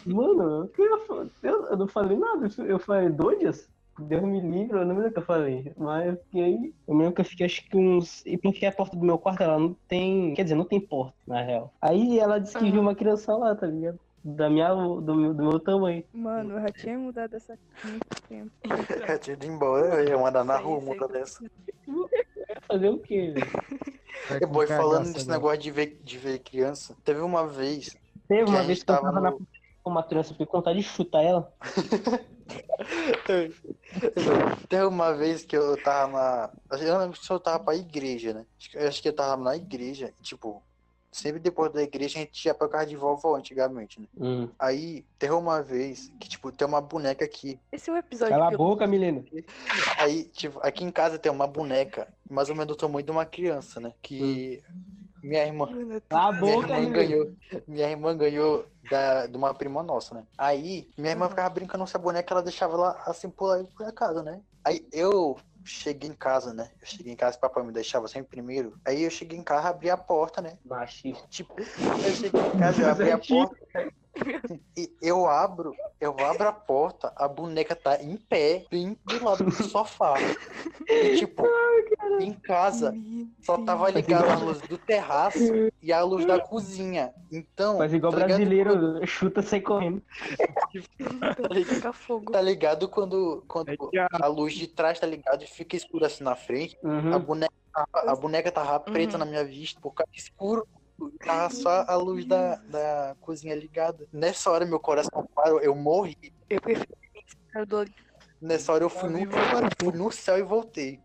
[SPEAKER 4] Mano, o que eu, fa- eu, eu não falei nada, eu- eu falei doidas? Deus me livre, eu não me lembro o que eu falei. Mas eu fiquei. Eu me lembro que eu fiquei acho que uns. E porque a porta do meu quarto ela não tem. Quer dizer, não tem porta, na real. Aí ela disse que
[SPEAKER 3] Aham.
[SPEAKER 4] viu uma criança lá, tá ligado? Da minha, do, meu, do meu tamanho.
[SPEAKER 5] Mano, eu já tinha mudado essa há muito tempo.
[SPEAKER 1] É, tinha ido embora, eu ia mandar na
[SPEAKER 3] Sei,
[SPEAKER 1] rua
[SPEAKER 3] sei
[SPEAKER 1] uma
[SPEAKER 3] que-
[SPEAKER 1] dessa.
[SPEAKER 4] Eu ia fazer o quê? velho?
[SPEAKER 2] Vai
[SPEAKER 1] E
[SPEAKER 2] com
[SPEAKER 1] boy, falando
[SPEAKER 2] cagaça,
[SPEAKER 1] desse
[SPEAKER 2] né?
[SPEAKER 1] negócio de ver, de ver criança, teve uma vez
[SPEAKER 4] Teve
[SPEAKER 1] que
[SPEAKER 4] uma
[SPEAKER 1] a
[SPEAKER 4] vez
[SPEAKER 1] gente
[SPEAKER 4] que eu
[SPEAKER 1] tava
[SPEAKER 4] tava na
[SPEAKER 1] no.
[SPEAKER 4] porta com uma criança, eu fiquei com vontade de chutar ela.
[SPEAKER 1] Teve uma vez que eu tava na. Eu não lembro se eu tava pra igreja, né? Acho que- Eu acho que eu tava na igreja, tipo. Sempre depois da igreja a gente ia pra casa de vovó antigamente, né?
[SPEAKER 4] Hum.
[SPEAKER 1] Aí teve uma vez que, tipo, tem uma boneca aqui.
[SPEAKER 3] Esse é o episódio
[SPEAKER 4] Cala a
[SPEAKER 3] que eu-
[SPEAKER 4] boca, menino.
[SPEAKER 1] Aí, tipo, aqui em casa tem uma boneca, mais ou menos do tamanho de uma criança, né? Que
[SPEAKER 2] Hum.
[SPEAKER 1] minha irmã.
[SPEAKER 3] Mano, eu tô-
[SPEAKER 4] Cala a
[SPEAKER 1] Minha
[SPEAKER 4] boca,
[SPEAKER 1] irmã
[SPEAKER 4] menino.
[SPEAKER 1] ganhou, minha irmã ganhou da, de uma prima nossa, né? Aí, minha irmã
[SPEAKER 3] Uhum.
[SPEAKER 1] ficava brincando com essa boneca, ela deixava ela assim por lá e por acaso, né? Aí eu cheguei em casa, né? Eu cheguei em casa, papai me deixava sempre primeiro. Aí eu cheguei em casa, abri a porta, né?
[SPEAKER 4] Machista.
[SPEAKER 1] Tipo, eu cheguei em casa, eu
[SPEAKER 4] é
[SPEAKER 1] abri a
[SPEAKER 4] tipo-
[SPEAKER 1] porta. E eu abro, eu abro a porta, a boneca tá em pé, bem do lado do sofá. E tipo, em casa,
[SPEAKER 3] Menino,
[SPEAKER 1] só tava ligada a luz do terraço e a luz da cozinha. Então.
[SPEAKER 4] Mas igual
[SPEAKER 1] tá ligado
[SPEAKER 4] brasileiro, chuta sem correndo.
[SPEAKER 3] Fica fogo.
[SPEAKER 1] Tá ligado quando, quando
[SPEAKER 2] É que a-
[SPEAKER 1] a luz de trás tá ligada e fica escuro assim na frente? A
[SPEAKER 4] Uhum.
[SPEAKER 1] boneca, tava- a boneca tava preta na minha vista, por causa escuro. Tava só a luz da, da cozinha ligada. Nessa hora meu coração parou, eu morri.
[SPEAKER 3] Eu prefiro ficar do lado.
[SPEAKER 1] Nessa hora eu fui no, fui no céu e voltei.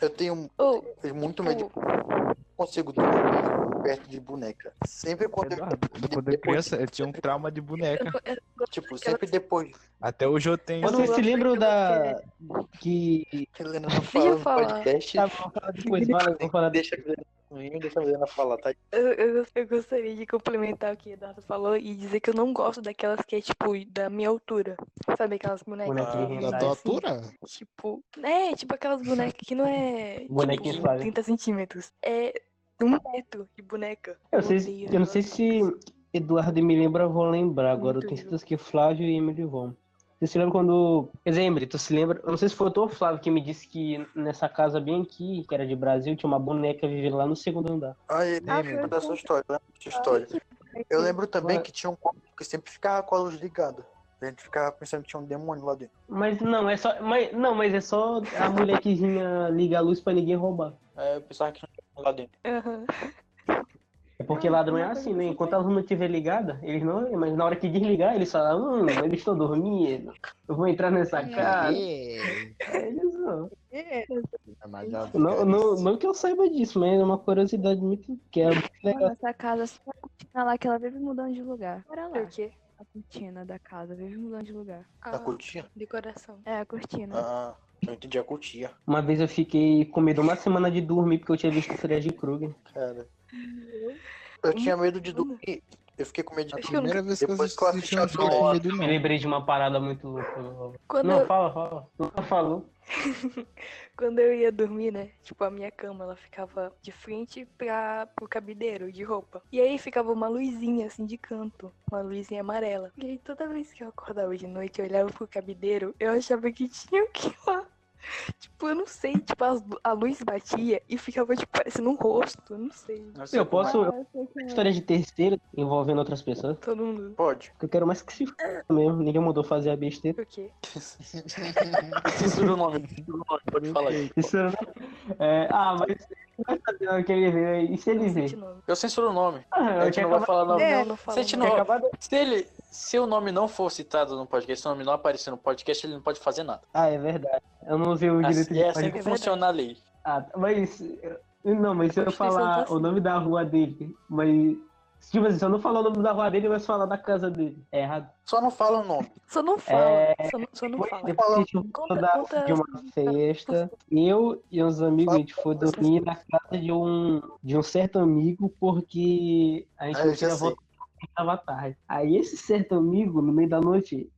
[SPEAKER 1] Eu tenho
[SPEAKER 3] Oh,
[SPEAKER 1] muito medo,
[SPEAKER 3] tipo,
[SPEAKER 1] não consigo dormir perto de boneca. Sempre quando eu,
[SPEAKER 2] Eduardo, quando eu criança, eu tinha um trauma de
[SPEAKER 3] eu
[SPEAKER 2] boneca.
[SPEAKER 3] não- eu-
[SPEAKER 1] tipo, sempre depois.
[SPEAKER 2] Até hoje eu tenho.
[SPEAKER 3] Eu não
[SPEAKER 4] Vocês se
[SPEAKER 3] gosto
[SPEAKER 4] lembram
[SPEAKER 3] daquilo
[SPEAKER 4] da. Que.
[SPEAKER 3] é
[SPEAKER 1] Helena não fala no
[SPEAKER 3] falar.
[SPEAKER 1] podcast.
[SPEAKER 4] Tá, vamos falar depois, fala, vamos falar
[SPEAKER 1] Deixa a Helena, não deixa a Helena falar, tá?
[SPEAKER 3] Eu, eu, eu gostaria de complementar o que o Eduardo falou e dizer que eu não gosto daquelas que é, tipo, da minha altura. Sabe aquelas bonecas?
[SPEAKER 4] Boneca de
[SPEAKER 3] que
[SPEAKER 4] Ah,
[SPEAKER 2] Da
[SPEAKER 3] é,
[SPEAKER 2] tua
[SPEAKER 3] assim,
[SPEAKER 2] altura?
[SPEAKER 3] Tipo, é, tipo aquelas bonecas que não é,
[SPEAKER 4] Bonequinha
[SPEAKER 3] tipo,
[SPEAKER 4] inflável.
[SPEAKER 3] 30 centímetros. É um metro de boneca.
[SPEAKER 4] Eu, sei-
[SPEAKER 3] odeio
[SPEAKER 4] eu não sei
[SPEAKER 3] essas
[SPEAKER 4] se Eduardo e me lembra, eu vou lembrar agora.
[SPEAKER 3] Muito
[SPEAKER 4] eu tenho
[SPEAKER 3] bom.
[SPEAKER 4] certeza que Flávio e Emily vão. Você se lembra quando. Quer dizer, Emily, tu se lembra? Eu não sei se foi tu ou Flávio que me disse que nessa casa bem aqui, que era de Brasil, tinha uma boneca vivendo lá no segundo andar.
[SPEAKER 1] Ah, eu
[SPEAKER 5] Ah,
[SPEAKER 1] lembro
[SPEAKER 5] foi
[SPEAKER 1] da sua
[SPEAKER 5] bom.
[SPEAKER 1] história, eu lembro da sua história. Eu lembro também
[SPEAKER 4] Ué.
[SPEAKER 1] que tinha um cômodo que sempre ficava com a luz ligada. A gente ficava pensando que tinha um demônio lá dentro.
[SPEAKER 4] Mas não, é só. Mas, não, mas é só a mulher que vinha ligar a luz pra ninguém roubar.
[SPEAKER 1] É, eu pensava que tinha um demônio lá dentro.
[SPEAKER 3] Aham.
[SPEAKER 4] É porque
[SPEAKER 5] Ah,
[SPEAKER 4] ladrão é
[SPEAKER 5] mas
[SPEAKER 4] assim,
[SPEAKER 5] eu
[SPEAKER 4] né?
[SPEAKER 5] não
[SPEAKER 4] Enquanto
[SPEAKER 5] sei.
[SPEAKER 4] a luz não estiver ligada, eles não. Mas na hora que desligar, eles falam, hum, eles estão dormindo, eu vou entrar nessa
[SPEAKER 2] É,
[SPEAKER 4] casa. Aí Eles não.
[SPEAKER 2] mas já-
[SPEAKER 4] Não, não, não que eu saiba disso, mas é uma curiosidade muito que é muito
[SPEAKER 5] Mano,
[SPEAKER 4] legal.
[SPEAKER 5] essa casa, só a cortina lá que ela vive mudando de lugar. Bora lá.
[SPEAKER 3] É o quê?
[SPEAKER 5] A cortina da casa vive mudando de lugar.
[SPEAKER 4] Tá
[SPEAKER 1] Na
[SPEAKER 3] Ah,
[SPEAKER 1] cutia?
[SPEAKER 3] decoração.
[SPEAKER 5] É, a
[SPEAKER 4] né?
[SPEAKER 5] cortina.
[SPEAKER 1] Ah, eu entendi a cutia.
[SPEAKER 4] Uma vez eu fiquei com medo uma semana de dormir porque eu tinha visto o Fred Krueger.
[SPEAKER 1] Cara. Eu tinha medo de dormir. Eu fiquei com medo de
[SPEAKER 2] A
[SPEAKER 3] Acho que eu
[SPEAKER 1] dormir.
[SPEAKER 2] primeira vez que eu
[SPEAKER 1] Depois
[SPEAKER 2] assisti
[SPEAKER 1] que eu
[SPEAKER 2] um filme
[SPEAKER 1] assisti
[SPEAKER 2] não
[SPEAKER 1] a
[SPEAKER 2] tinha
[SPEAKER 1] Dora.
[SPEAKER 2] medo,
[SPEAKER 4] Me
[SPEAKER 2] não.
[SPEAKER 4] lembrei de uma parada muito louca.
[SPEAKER 3] Quando,
[SPEAKER 4] Não,
[SPEAKER 3] eu,
[SPEAKER 4] fala, fala. Tu falou.
[SPEAKER 3] quando eu ia dormir, né? Tipo, a minha cama, ela ficava de frente pra, pro cabideiro de roupa. E aí ficava uma luzinha, assim, de canto. Uma luzinha amarela. E aí toda vez que eu acordava de noite, eu olhava pro cabideiro, eu achava que tinha o que lá. Tipo, eu não sei, tipo, as lu- a luz batia e ficava, tipo, parecendo um rosto, eu não sei.
[SPEAKER 1] Não sei
[SPEAKER 4] Eu
[SPEAKER 1] como é.
[SPEAKER 4] posso.
[SPEAKER 5] Ah, eu sei que é.
[SPEAKER 4] História de terceira envolvendo outras pessoas.
[SPEAKER 3] Todo mundo.
[SPEAKER 1] Pode.
[SPEAKER 4] que Eu quero mais que se foda mesmo. Ninguém mandou fazer a besteira.
[SPEAKER 3] O quê?
[SPEAKER 1] Censura o nome. censura o nome, Pode falar aí.
[SPEAKER 4] Isso não... é... Ah, mas. Vai fazer o que ele vê. E se ele
[SPEAKER 3] Não sei de
[SPEAKER 4] vê?
[SPEAKER 3] nome.
[SPEAKER 1] Eu censuro o nome.
[SPEAKER 4] Ah,
[SPEAKER 1] A
[SPEAKER 4] eu
[SPEAKER 1] gente
[SPEAKER 4] tinha
[SPEAKER 1] não vai
[SPEAKER 4] acabado.
[SPEAKER 1] falar nome.
[SPEAKER 5] É,
[SPEAKER 3] Uhum. Não, não fala.
[SPEAKER 1] Sente
[SPEAKER 3] não.
[SPEAKER 1] nome.
[SPEAKER 4] tinha acabado-
[SPEAKER 1] Se ele. Se o nome não for citado no podcast, se o nome não aparecer no podcast, ele não pode fazer nada.
[SPEAKER 4] Ah, é verdade. Eu não usei o direito
[SPEAKER 1] Assim,
[SPEAKER 4] de
[SPEAKER 1] é
[SPEAKER 4] fazer.
[SPEAKER 1] assim que funciona a lei.
[SPEAKER 4] Ah, mas. eh, Não, mas se
[SPEAKER 3] A Constituição
[SPEAKER 4] eu
[SPEAKER 3] tá
[SPEAKER 4] falar
[SPEAKER 3] assim.
[SPEAKER 4] o nome da rua dele, mas. Tipo assim, se eu não falar o nome da rua dele, mas falar da casa dele. É errado.
[SPEAKER 1] Só não fala o nome.
[SPEAKER 3] Só não fala. Só não, só não
[SPEAKER 4] É, Depois,
[SPEAKER 3] fala.
[SPEAKER 4] depois a gente
[SPEAKER 3] Conta-
[SPEAKER 4] voltou da-
[SPEAKER 3] conta
[SPEAKER 4] de uma festa. Eu e uns amigos, a gente foi
[SPEAKER 3] Fala-
[SPEAKER 4] dormir na casa de um, de um certo amigo, porque a gente
[SPEAKER 1] Ah,
[SPEAKER 4] não
[SPEAKER 1] eu já
[SPEAKER 4] queria
[SPEAKER 1] sei.
[SPEAKER 4] voltar porque tava tarde. Aí esse certo amigo, no meio da noite,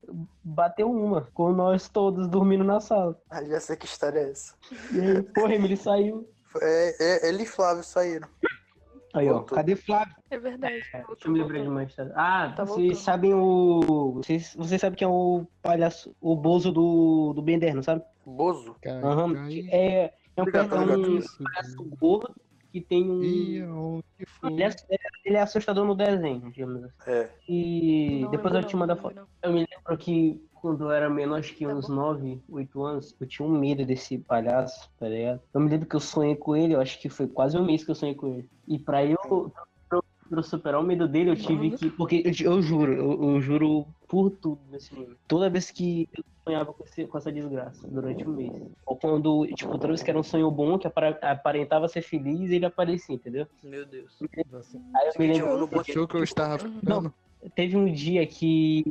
[SPEAKER 4] bateu uma, com nós todos dormindo na sala.
[SPEAKER 1] Ah, já sei que história é essa.
[SPEAKER 4] E aí, porra, ele saiu.
[SPEAKER 1] É, é, ele e Flávio saíram.
[SPEAKER 4] Aí, ó,
[SPEAKER 1] Voltou.
[SPEAKER 4] cadê Flávio?
[SPEAKER 3] É verdade.
[SPEAKER 4] É,
[SPEAKER 3] Voltou,
[SPEAKER 4] Deixa eu me lembrar de
[SPEAKER 3] voltou.
[SPEAKER 4] uma história. Ah,
[SPEAKER 3] Tá
[SPEAKER 4] vocês
[SPEAKER 3] voltando.
[SPEAKER 4] sabem o. Vocês, vocês sabem quem é o palhaço, o Bozo do, do Bender, não sabe?
[SPEAKER 1] Bozo.
[SPEAKER 2] Cara,
[SPEAKER 4] Aham.
[SPEAKER 2] cai-
[SPEAKER 4] É, é um,
[SPEAKER 1] Obrigado,
[SPEAKER 4] é um
[SPEAKER 1] obrigado.
[SPEAKER 2] isso,
[SPEAKER 4] palhaço
[SPEAKER 2] cara.
[SPEAKER 4] gordo que tem um.
[SPEAKER 2] E aonde foi?
[SPEAKER 4] Ele é, ele é assustador no desenho, digamos assim.
[SPEAKER 1] É.
[SPEAKER 4] E
[SPEAKER 3] Não
[SPEAKER 4] um- depois
[SPEAKER 3] lembro
[SPEAKER 4] eu te mando a
[SPEAKER 3] não,
[SPEAKER 4] foto.
[SPEAKER 3] lembro
[SPEAKER 4] Eu me lembro que quando eu era menor, acho que
[SPEAKER 3] Tá
[SPEAKER 4] uns
[SPEAKER 3] bom.
[SPEAKER 4] 9, 8 anos, eu tinha um medo desse palhaço, tá ligado? Eu me lembro que eu sonhei com ele, eu acho que foi quase um mês que eu sonhei com ele. E pra eu, pra eu- pra eu superar o medo dele, eu tive
[SPEAKER 3] Mano.
[SPEAKER 4] que. Porque eu, te- eu juro, eu, eu juro por tudo nesse mundo. Toda vez que eu sonhava com, esse- com essa desgraça durante um mês. Ou quando, tipo, toda vez que era um sonho bom, que apara- aparentava ser feliz, ele aparecia, entendeu?
[SPEAKER 1] Meu Deus.
[SPEAKER 2] Você
[SPEAKER 4] Aí eu me lembro.
[SPEAKER 2] achou que eu estava ficando?
[SPEAKER 4] Teve um dia que.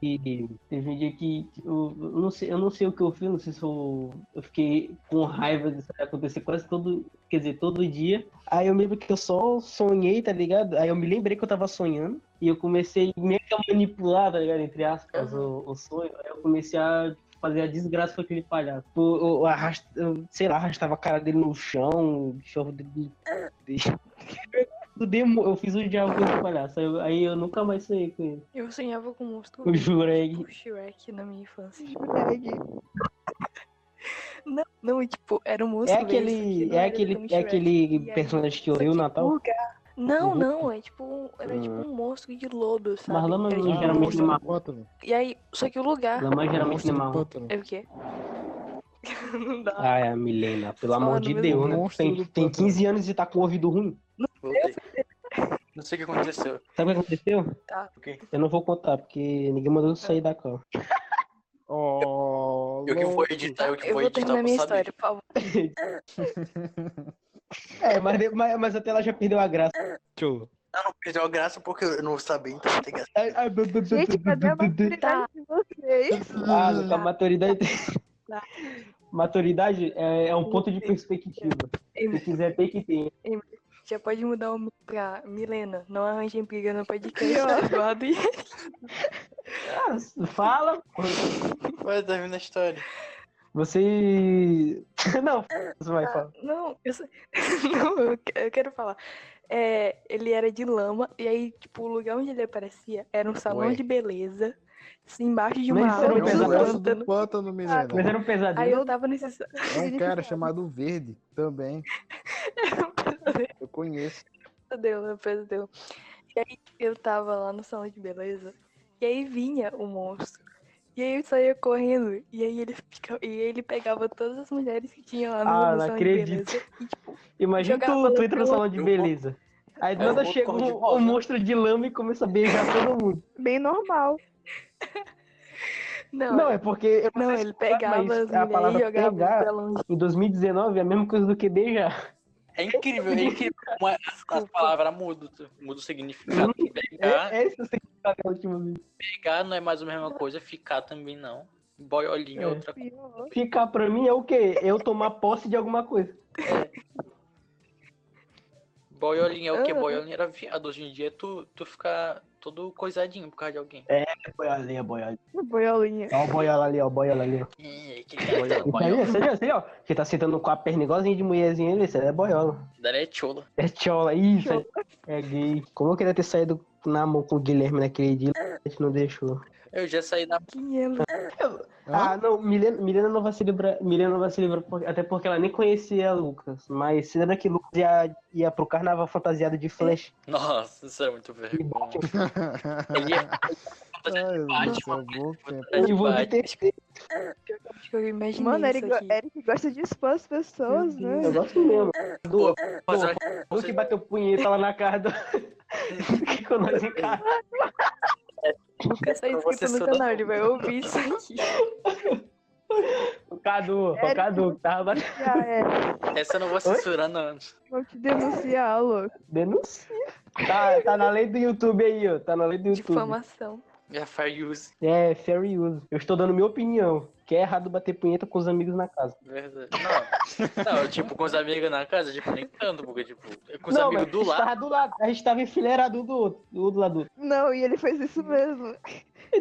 [SPEAKER 4] Teve um dia que. Eu, eu não sei, eu não sei o que eu fiz, não sei se eu. Eu fiquei com raiva disso acontecer quase todo. Quer dizer, todo dia. Aí eu me lembro que eu só sonhei, tá ligado? Aí eu me lembrei que eu tava sonhando. E eu comecei meio que a manipular, tá ligado? Entre aspas, o, o sonho. Aí eu comecei a fazer a desgraça com aquele palhaço. Eu, eu arrast, eu, sei lá, arrastava a cara dele no chão, deixava o dedo no- Eu demo- eu fiz o diabo com esse palhaço. Aí eu, aí eu nunca mais sonhei com ele.
[SPEAKER 3] Eu sonhava com um monstro.
[SPEAKER 4] Eu jurei.
[SPEAKER 3] tipo Shrek na minha infância.
[SPEAKER 4] É
[SPEAKER 5] Verdade.
[SPEAKER 3] Não, não, e, tipo, era um monstro.
[SPEAKER 4] É aquele, é aquele, é aquele personagem que eu dei o
[SPEAKER 6] Tá
[SPEAKER 4] Natal?
[SPEAKER 3] Não,
[SPEAKER 4] Uhum.
[SPEAKER 3] não, é tipo, um- era tipo
[SPEAKER 4] Ah.
[SPEAKER 3] um monstro de lodo, sabe?
[SPEAKER 4] Mas lama
[SPEAKER 3] Era,
[SPEAKER 4] não,
[SPEAKER 3] tipo, um
[SPEAKER 4] geralmente
[SPEAKER 3] monstro-
[SPEAKER 2] no
[SPEAKER 4] uma-
[SPEAKER 2] Pótano.
[SPEAKER 3] E aí, só que o lugar
[SPEAKER 4] Lamã geralmente é marrom.
[SPEAKER 2] Pótano.
[SPEAKER 3] é o quê? não dá.
[SPEAKER 4] Ai, a Milena, pelo
[SPEAKER 3] Só
[SPEAKER 4] amor
[SPEAKER 3] no
[SPEAKER 4] de
[SPEAKER 3] meu
[SPEAKER 4] Deus, né?
[SPEAKER 2] monstro
[SPEAKER 4] Tem,
[SPEAKER 2] do
[SPEAKER 4] tem
[SPEAKER 2] pântano.
[SPEAKER 4] 15 anos e tá com o ouvido ruim.
[SPEAKER 1] Voltei. Não sei o que aconteceu.
[SPEAKER 4] Sabe o que aconteceu?
[SPEAKER 3] Tá.
[SPEAKER 1] O quê?
[SPEAKER 4] Eu não vou contar, porque ninguém mandou eu sair da cama.
[SPEAKER 2] Oh,
[SPEAKER 1] Eu que vou
[SPEAKER 2] louco.
[SPEAKER 1] editar, eu que
[SPEAKER 3] Eu
[SPEAKER 1] vou
[SPEAKER 3] vou
[SPEAKER 1] editar
[SPEAKER 3] terminar
[SPEAKER 1] pra
[SPEAKER 3] minha
[SPEAKER 1] saber.
[SPEAKER 3] história, por favor.
[SPEAKER 4] É, mas, mas, mas até ela já perdeu a graça.
[SPEAKER 2] Tchau.
[SPEAKER 1] Ah, não perdeu a graça porque eu não sabia, então tem que
[SPEAKER 4] Ai, ai, bu- bu- bu-
[SPEAKER 5] Gente,
[SPEAKER 6] tá
[SPEAKER 4] bu-
[SPEAKER 5] cadê a
[SPEAKER 4] bu- bu- bu-
[SPEAKER 5] maturidade de vocês?
[SPEAKER 4] Ah, Luca, maturidade.
[SPEAKER 3] Tá.
[SPEAKER 4] Maturidade é, é um ponto de perspectiva. Se
[SPEAKER 3] Ei,
[SPEAKER 4] quiser ter que ter.
[SPEAKER 3] Já pode mudar o meu pra Milena. Não arranjem briga no podcast,
[SPEAKER 5] Pior.
[SPEAKER 3] Eduardo e
[SPEAKER 4] Ah, fala.
[SPEAKER 1] Vai, termina a história.
[SPEAKER 4] Você. Não, você vai falar.
[SPEAKER 3] Não, eu, só- não, eu que- eu quero falar. É, ele era de lama, e aí, tipo, o lugar onde ele aparecia era um salão
[SPEAKER 2] Ué.
[SPEAKER 3] de beleza, assim, embaixo de
[SPEAKER 4] Mas
[SPEAKER 3] uma
[SPEAKER 4] isso era um
[SPEAKER 3] árvore,
[SPEAKER 2] É
[SPEAKER 3] num
[SPEAKER 2] um
[SPEAKER 4] pesadelo
[SPEAKER 2] negócio do
[SPEAKER 3] pântano.
[SPEAKER 2] Pótano, menina.
[SPEAKER 4] Mas era um
[SPEAKER 3] Aí
[SPEAKER 4] pesadelo.
[SPEAKER 3] eu tava nesse. sa-
[SPEAKER 2] É um cara chamado Verde também. Eu conheço.
[SPEAKER 3] Pesadelo, né? pesadelo. E aí eu tava lá no salão de beleza, e aí vinha o monstro. E aí eu saía correndo, e aí ele ficava, e ele pegava todas as mulheres que tinham lá no,
[SPEAKER 4] Ah,
[SPEAKER 3] no
[SPEAKER 4] não
[SPEAKER 3] salão de
[SPEAKER 4] acredito.
[SPEAKER 3] beleza. E, tipo,
[SPEAKER 4] Imagina
[SPEAKER 3] Jogava
[SPEAKER 4] tu, tu entra no
[SPEAKER 3] pelo-
[SPEAKER 4] salão de
[SPEAKER 1] Eu
[SPEAKER 4] beleza. Aí do
[SPEAKER 1] eu
[SPEAKER 4] nada
[SPEAKER 1] vou
[SPEAKER 4] chega
[SPEAKER 1] cor de
[SPEAKER 4] um,
[SPEAKER 1] rosa.
[SPEAKER 4] um monstro de lama e começa a beijar todo mundo.
[SPEAKER 5] Bem normal.
[SPEAKER 3] não,
[SPEAKER 4] Não, é porque. eu não
[SPEAKER 3] não,
[SPEAKER 4] sei se
[SPEAKER 3] ele
[SPEAKER 4] tu sabe,
[SPEAKER 3] pegava as
[SPEAKER 4] mas
[SPEAKER 3] mulheres
[SPEAKER 4] a
[SPEAKER 3] e
[SPEAKER 4] palavra
[SPEAKER 3] jogava pra
[SPEAKER 4] pegar
[SPEAKER 3] longe.
[SPEAKER 4] em 2019 é a mesma coisa do que beijar.
[SPEAKER 1] É incrível, é incrível como as, as palavras mudam, muda o significado. Pegar,
[SPEAKER 4] É, é isso que eu última vez.
[SPEAKER 1] pegar não é mais a mesma coisa, ficar também não. Boiolinho é
[SPEAKER 4] É.
[SPEAKER 1] outra coisa.
[SPEAKER 5] Pior.
[SPEAKER 4] Ficar pra mim é o quê? Eu tomar posse de alguma coisa.
[SPEAKER 1] Boiolinho é o que?
[SPEAKER 3] Ah.
[SPEAKER 1] Boiolinho era viado. Hoje em dia tu, tu fica todo coisadinho por causa de alguém.
[SPEAKER 4] É Boiolinha, boiolinha.
[SPEAKER 5] Boiolinha.
[SPEAKER 4] Ó, o boiola ali, ó, o boiola ali. ó.
[SPEAKER 1] Ih, que cara
[SPEAKER 2] Boiola.
[SPEAKER 1] tá
[SPEAKER 4] Tá vendo?
[SPEAKER 1] boiola.
[SPEAKER 4] Você já, você já, ó. Que tá sentando com a perna igualzinha de mulherzinha ali, isso aí é boiola.
[SPEAKER 1] Esse daí é chola.
[SPEAKER 4] É tchola, isso. É gay. Como eu queria ter saído na mão com o Guilherme naquele dia. A gente não deixou.
[SPEAKER 1] Eu já saí da.
[SPEAKER 3] Quem é Lu-
[SPEAKER 2] Tá.
[SPEAKER 4] Ah, não, Milena, Milena não vai se livrar. Milena não vai se livrar, por- até porque ela nem conhecia Lucas. Mas você lembra que Lucas ia, ia pro carnaval fantasiado de Flash?
[SPEAKER 1] Nossa, isso era muito vergonha. Ele é ia
[SPEAKER 2] Ai,
[SPEAKER 1] Batman.
[SPEAKER 2] nossa boca.
[SPEAKER 1] atrás Tá de
[SPEAKER 4] E vou me
[SPEAKER 1] Batman.
[SPEAKER 4] ter
[SPEAKER 3] Acho que eu imaginei
[SPEAKER 6] Mano, Eric,
[SPEAKER 3] isso aqui.
[SPEAKER 6] go- Eric gosta de expor as pessoas,
[SPEAKER 4] um
[SPEAKER 6] né?
[SPEAKER 4] negócio mesmo. Do,
[SPEAKER 1] Mas eu
[SPEAKER 4] do,
[SPEAKER 1] acho que
[SPEAKER 4] do que bateu punheta lá na cara do. Ficou nós em casa. É
[SPEAKER 3] Lucas tá
[SPEAKER 1] Eu vou
[SPEAKER 3] inscrito no
[SPEAKER 1] censurar.
[SPEAKER 3] canal, ele vai ouvir isso aqui.
[SPEAKER 4] O Cadu, o
[SPEAKER 6] Sério?
[SPEAKER 4] Cadu, que tava batendo.
[SPEAKER 6] Já é.
[SPEAKER 1] Essa eu não vou censurar, não.
[SPEAKER 6] Vão te denunciar, louco.
[SPEAKER 4] Denuncia. Tá, tá na lei do YouTube aí, ó. Tá na lei do YouTube.
[SPEAKER 3] Difamação.
[SPEAKER 1] É fair use,
[SPEAKER 4] É, fair use. Eu estou dando minha opinião. Que é errado bater punheta com os amigos na casa.
[SPEAKER 1] verdade. Não, não, tipo, com os amigos na casa, tipo, nem tanto, porque, tipo, com os
[SPEAKER 4] Não,
[SPEAKER 1] amigos
[SPEAKER 4] mas
[SPEAKER 1] do
[SPEAKER 4] a gente
[SPEAKER 1] lado.
[SPEAKER 4] Tava do lado. A gente tava enfileirado um do outro, um do lado do outro.
[SPEAKER 6] Não, e ele fez isso mesmo.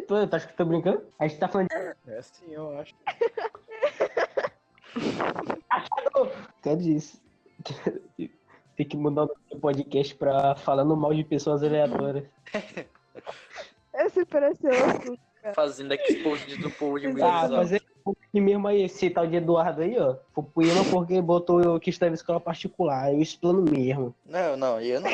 [SPEAKER 4] Tu, tu acha que eu tô brincando? A gente tá falando de.
[SPEAKER 2] É sim, eu acho.
[SPEAKER 4] Até disso. Tem que mudar o nome do podcast pra falando mal de pessoas aleatórias.
[SPEAKER 6] Esse pareceu outro.
[SPEAKER 4] tá.
[SPEAKER 1] Fazendo expose do povo de
[SPEAKER 4] Ah,
[SPEAKER 1] Wilson.
[SPEAKER 4] fazer e mesmo aí, esse tal de Eduardo aí, ó. Foi punheta porque botou eu que estava em escola particular. Eu explano mesmo.
[SPEAKER 7] Não, não, eu não.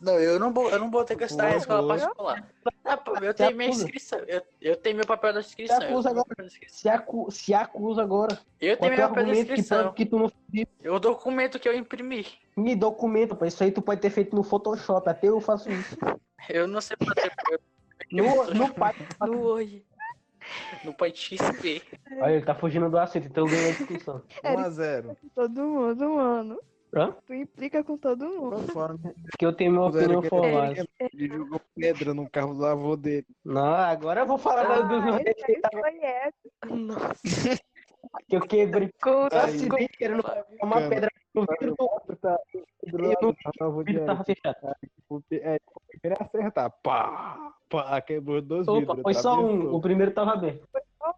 [SPEAKER 7] Não, eu não, bo- eu não botei com essa
[SPEAKER 1] Tá,
[SPEAKER 4] Boa,
[SPEAKER 1] a escola
[SPEAKER 4] boa.
[SPEAKER 1] particular. Ah, pô, eu tenho minha
[SPEAKER 4] acusa.
[SPEAKER 1] inscrição. Eu, eu tenho meu papel da inscrição.
[SPEAKER 4] Te
[SPEAKER 1] Eu
[SPEAKER 4] acusa
[SPEAKER 1] tenho meu
[SPEAKER 4] agora.
[SPEAKER 1] papel da inscrição.
[SPEAKER 4] Se, acu- se acusa agora.
[SPEAKER 1] Eu tenho
[SPEAKER 4] Qual é
[SPEAKER 1] meu
[SPEAKER 4] o
[SPEAKER 1] papel da
[SPEAKER 4] argumento que prova
[SPEAKER 1] inscrição.
[SPEAKER 4] que tu não
[SPEAKER 1] Eu documento que eu imprimi.
[SPEAKER 4] me documenta, pô. Isso aí tu pode ter feito no Photoshop. Até eu faço isso.
[SPEAKER 1] Eu não sei fazer eu-
[SPEAKER 4] No, no pai.
[SPEAKER 3] No hoje.
[SPEAKER 1] no pai XP.
[SPEAKER 4] Olha, ele tá fugindo do assunto, então ganhou a discussão.
[SPEAKER 2] É, 1x0.
[SPEAKER 6] Todo mundo, mano.
[SPEAKER 4] Hã?
[SPEAKER 6] Tu implica com todo mundo.
[SPEAKER 4] Que eu tenho minha opinião
[SPEAKER 2] Ele-
[SPEAKER 4] formada.
[SPEAKER 2] Ele jogou pedra no carro do avô dele.
[SPEAKER 4] Não, agora eu vou falar mais dos
[SPEAKER 6] Ah,
[SPEAKER 4] meus
[SPEAKER 6] esse aí foi hétero.
[SPEAKER 3] Nossa,
[SPEAKER 4] que eu quebrei.
[SPEAKER 3] como
[SPEAKER 4] Eu acidei querendo
[SPEAKER 1] Flávio.
[SPEAKER 4] uma
[SPEAKER 2] Cara,
[SPEAKER 4] pedra no vidro do outro.
[SPEAKER 2] Tá,
[SPEAKER 4] E no vidro tava fechado.
[SPEAKER 2] É, ele acertar. Pá! Pá! Quebrou dois
[SPEAKER 4] Opa,
[SPEAKER 2] vidros.
[SPEAKER 4] foi
[SPEAKER 2] tá
[SPEAKER 4] só
[SPEAKER 2] vendo?
[SPEAKER 4] um. O primeiro tava aberto.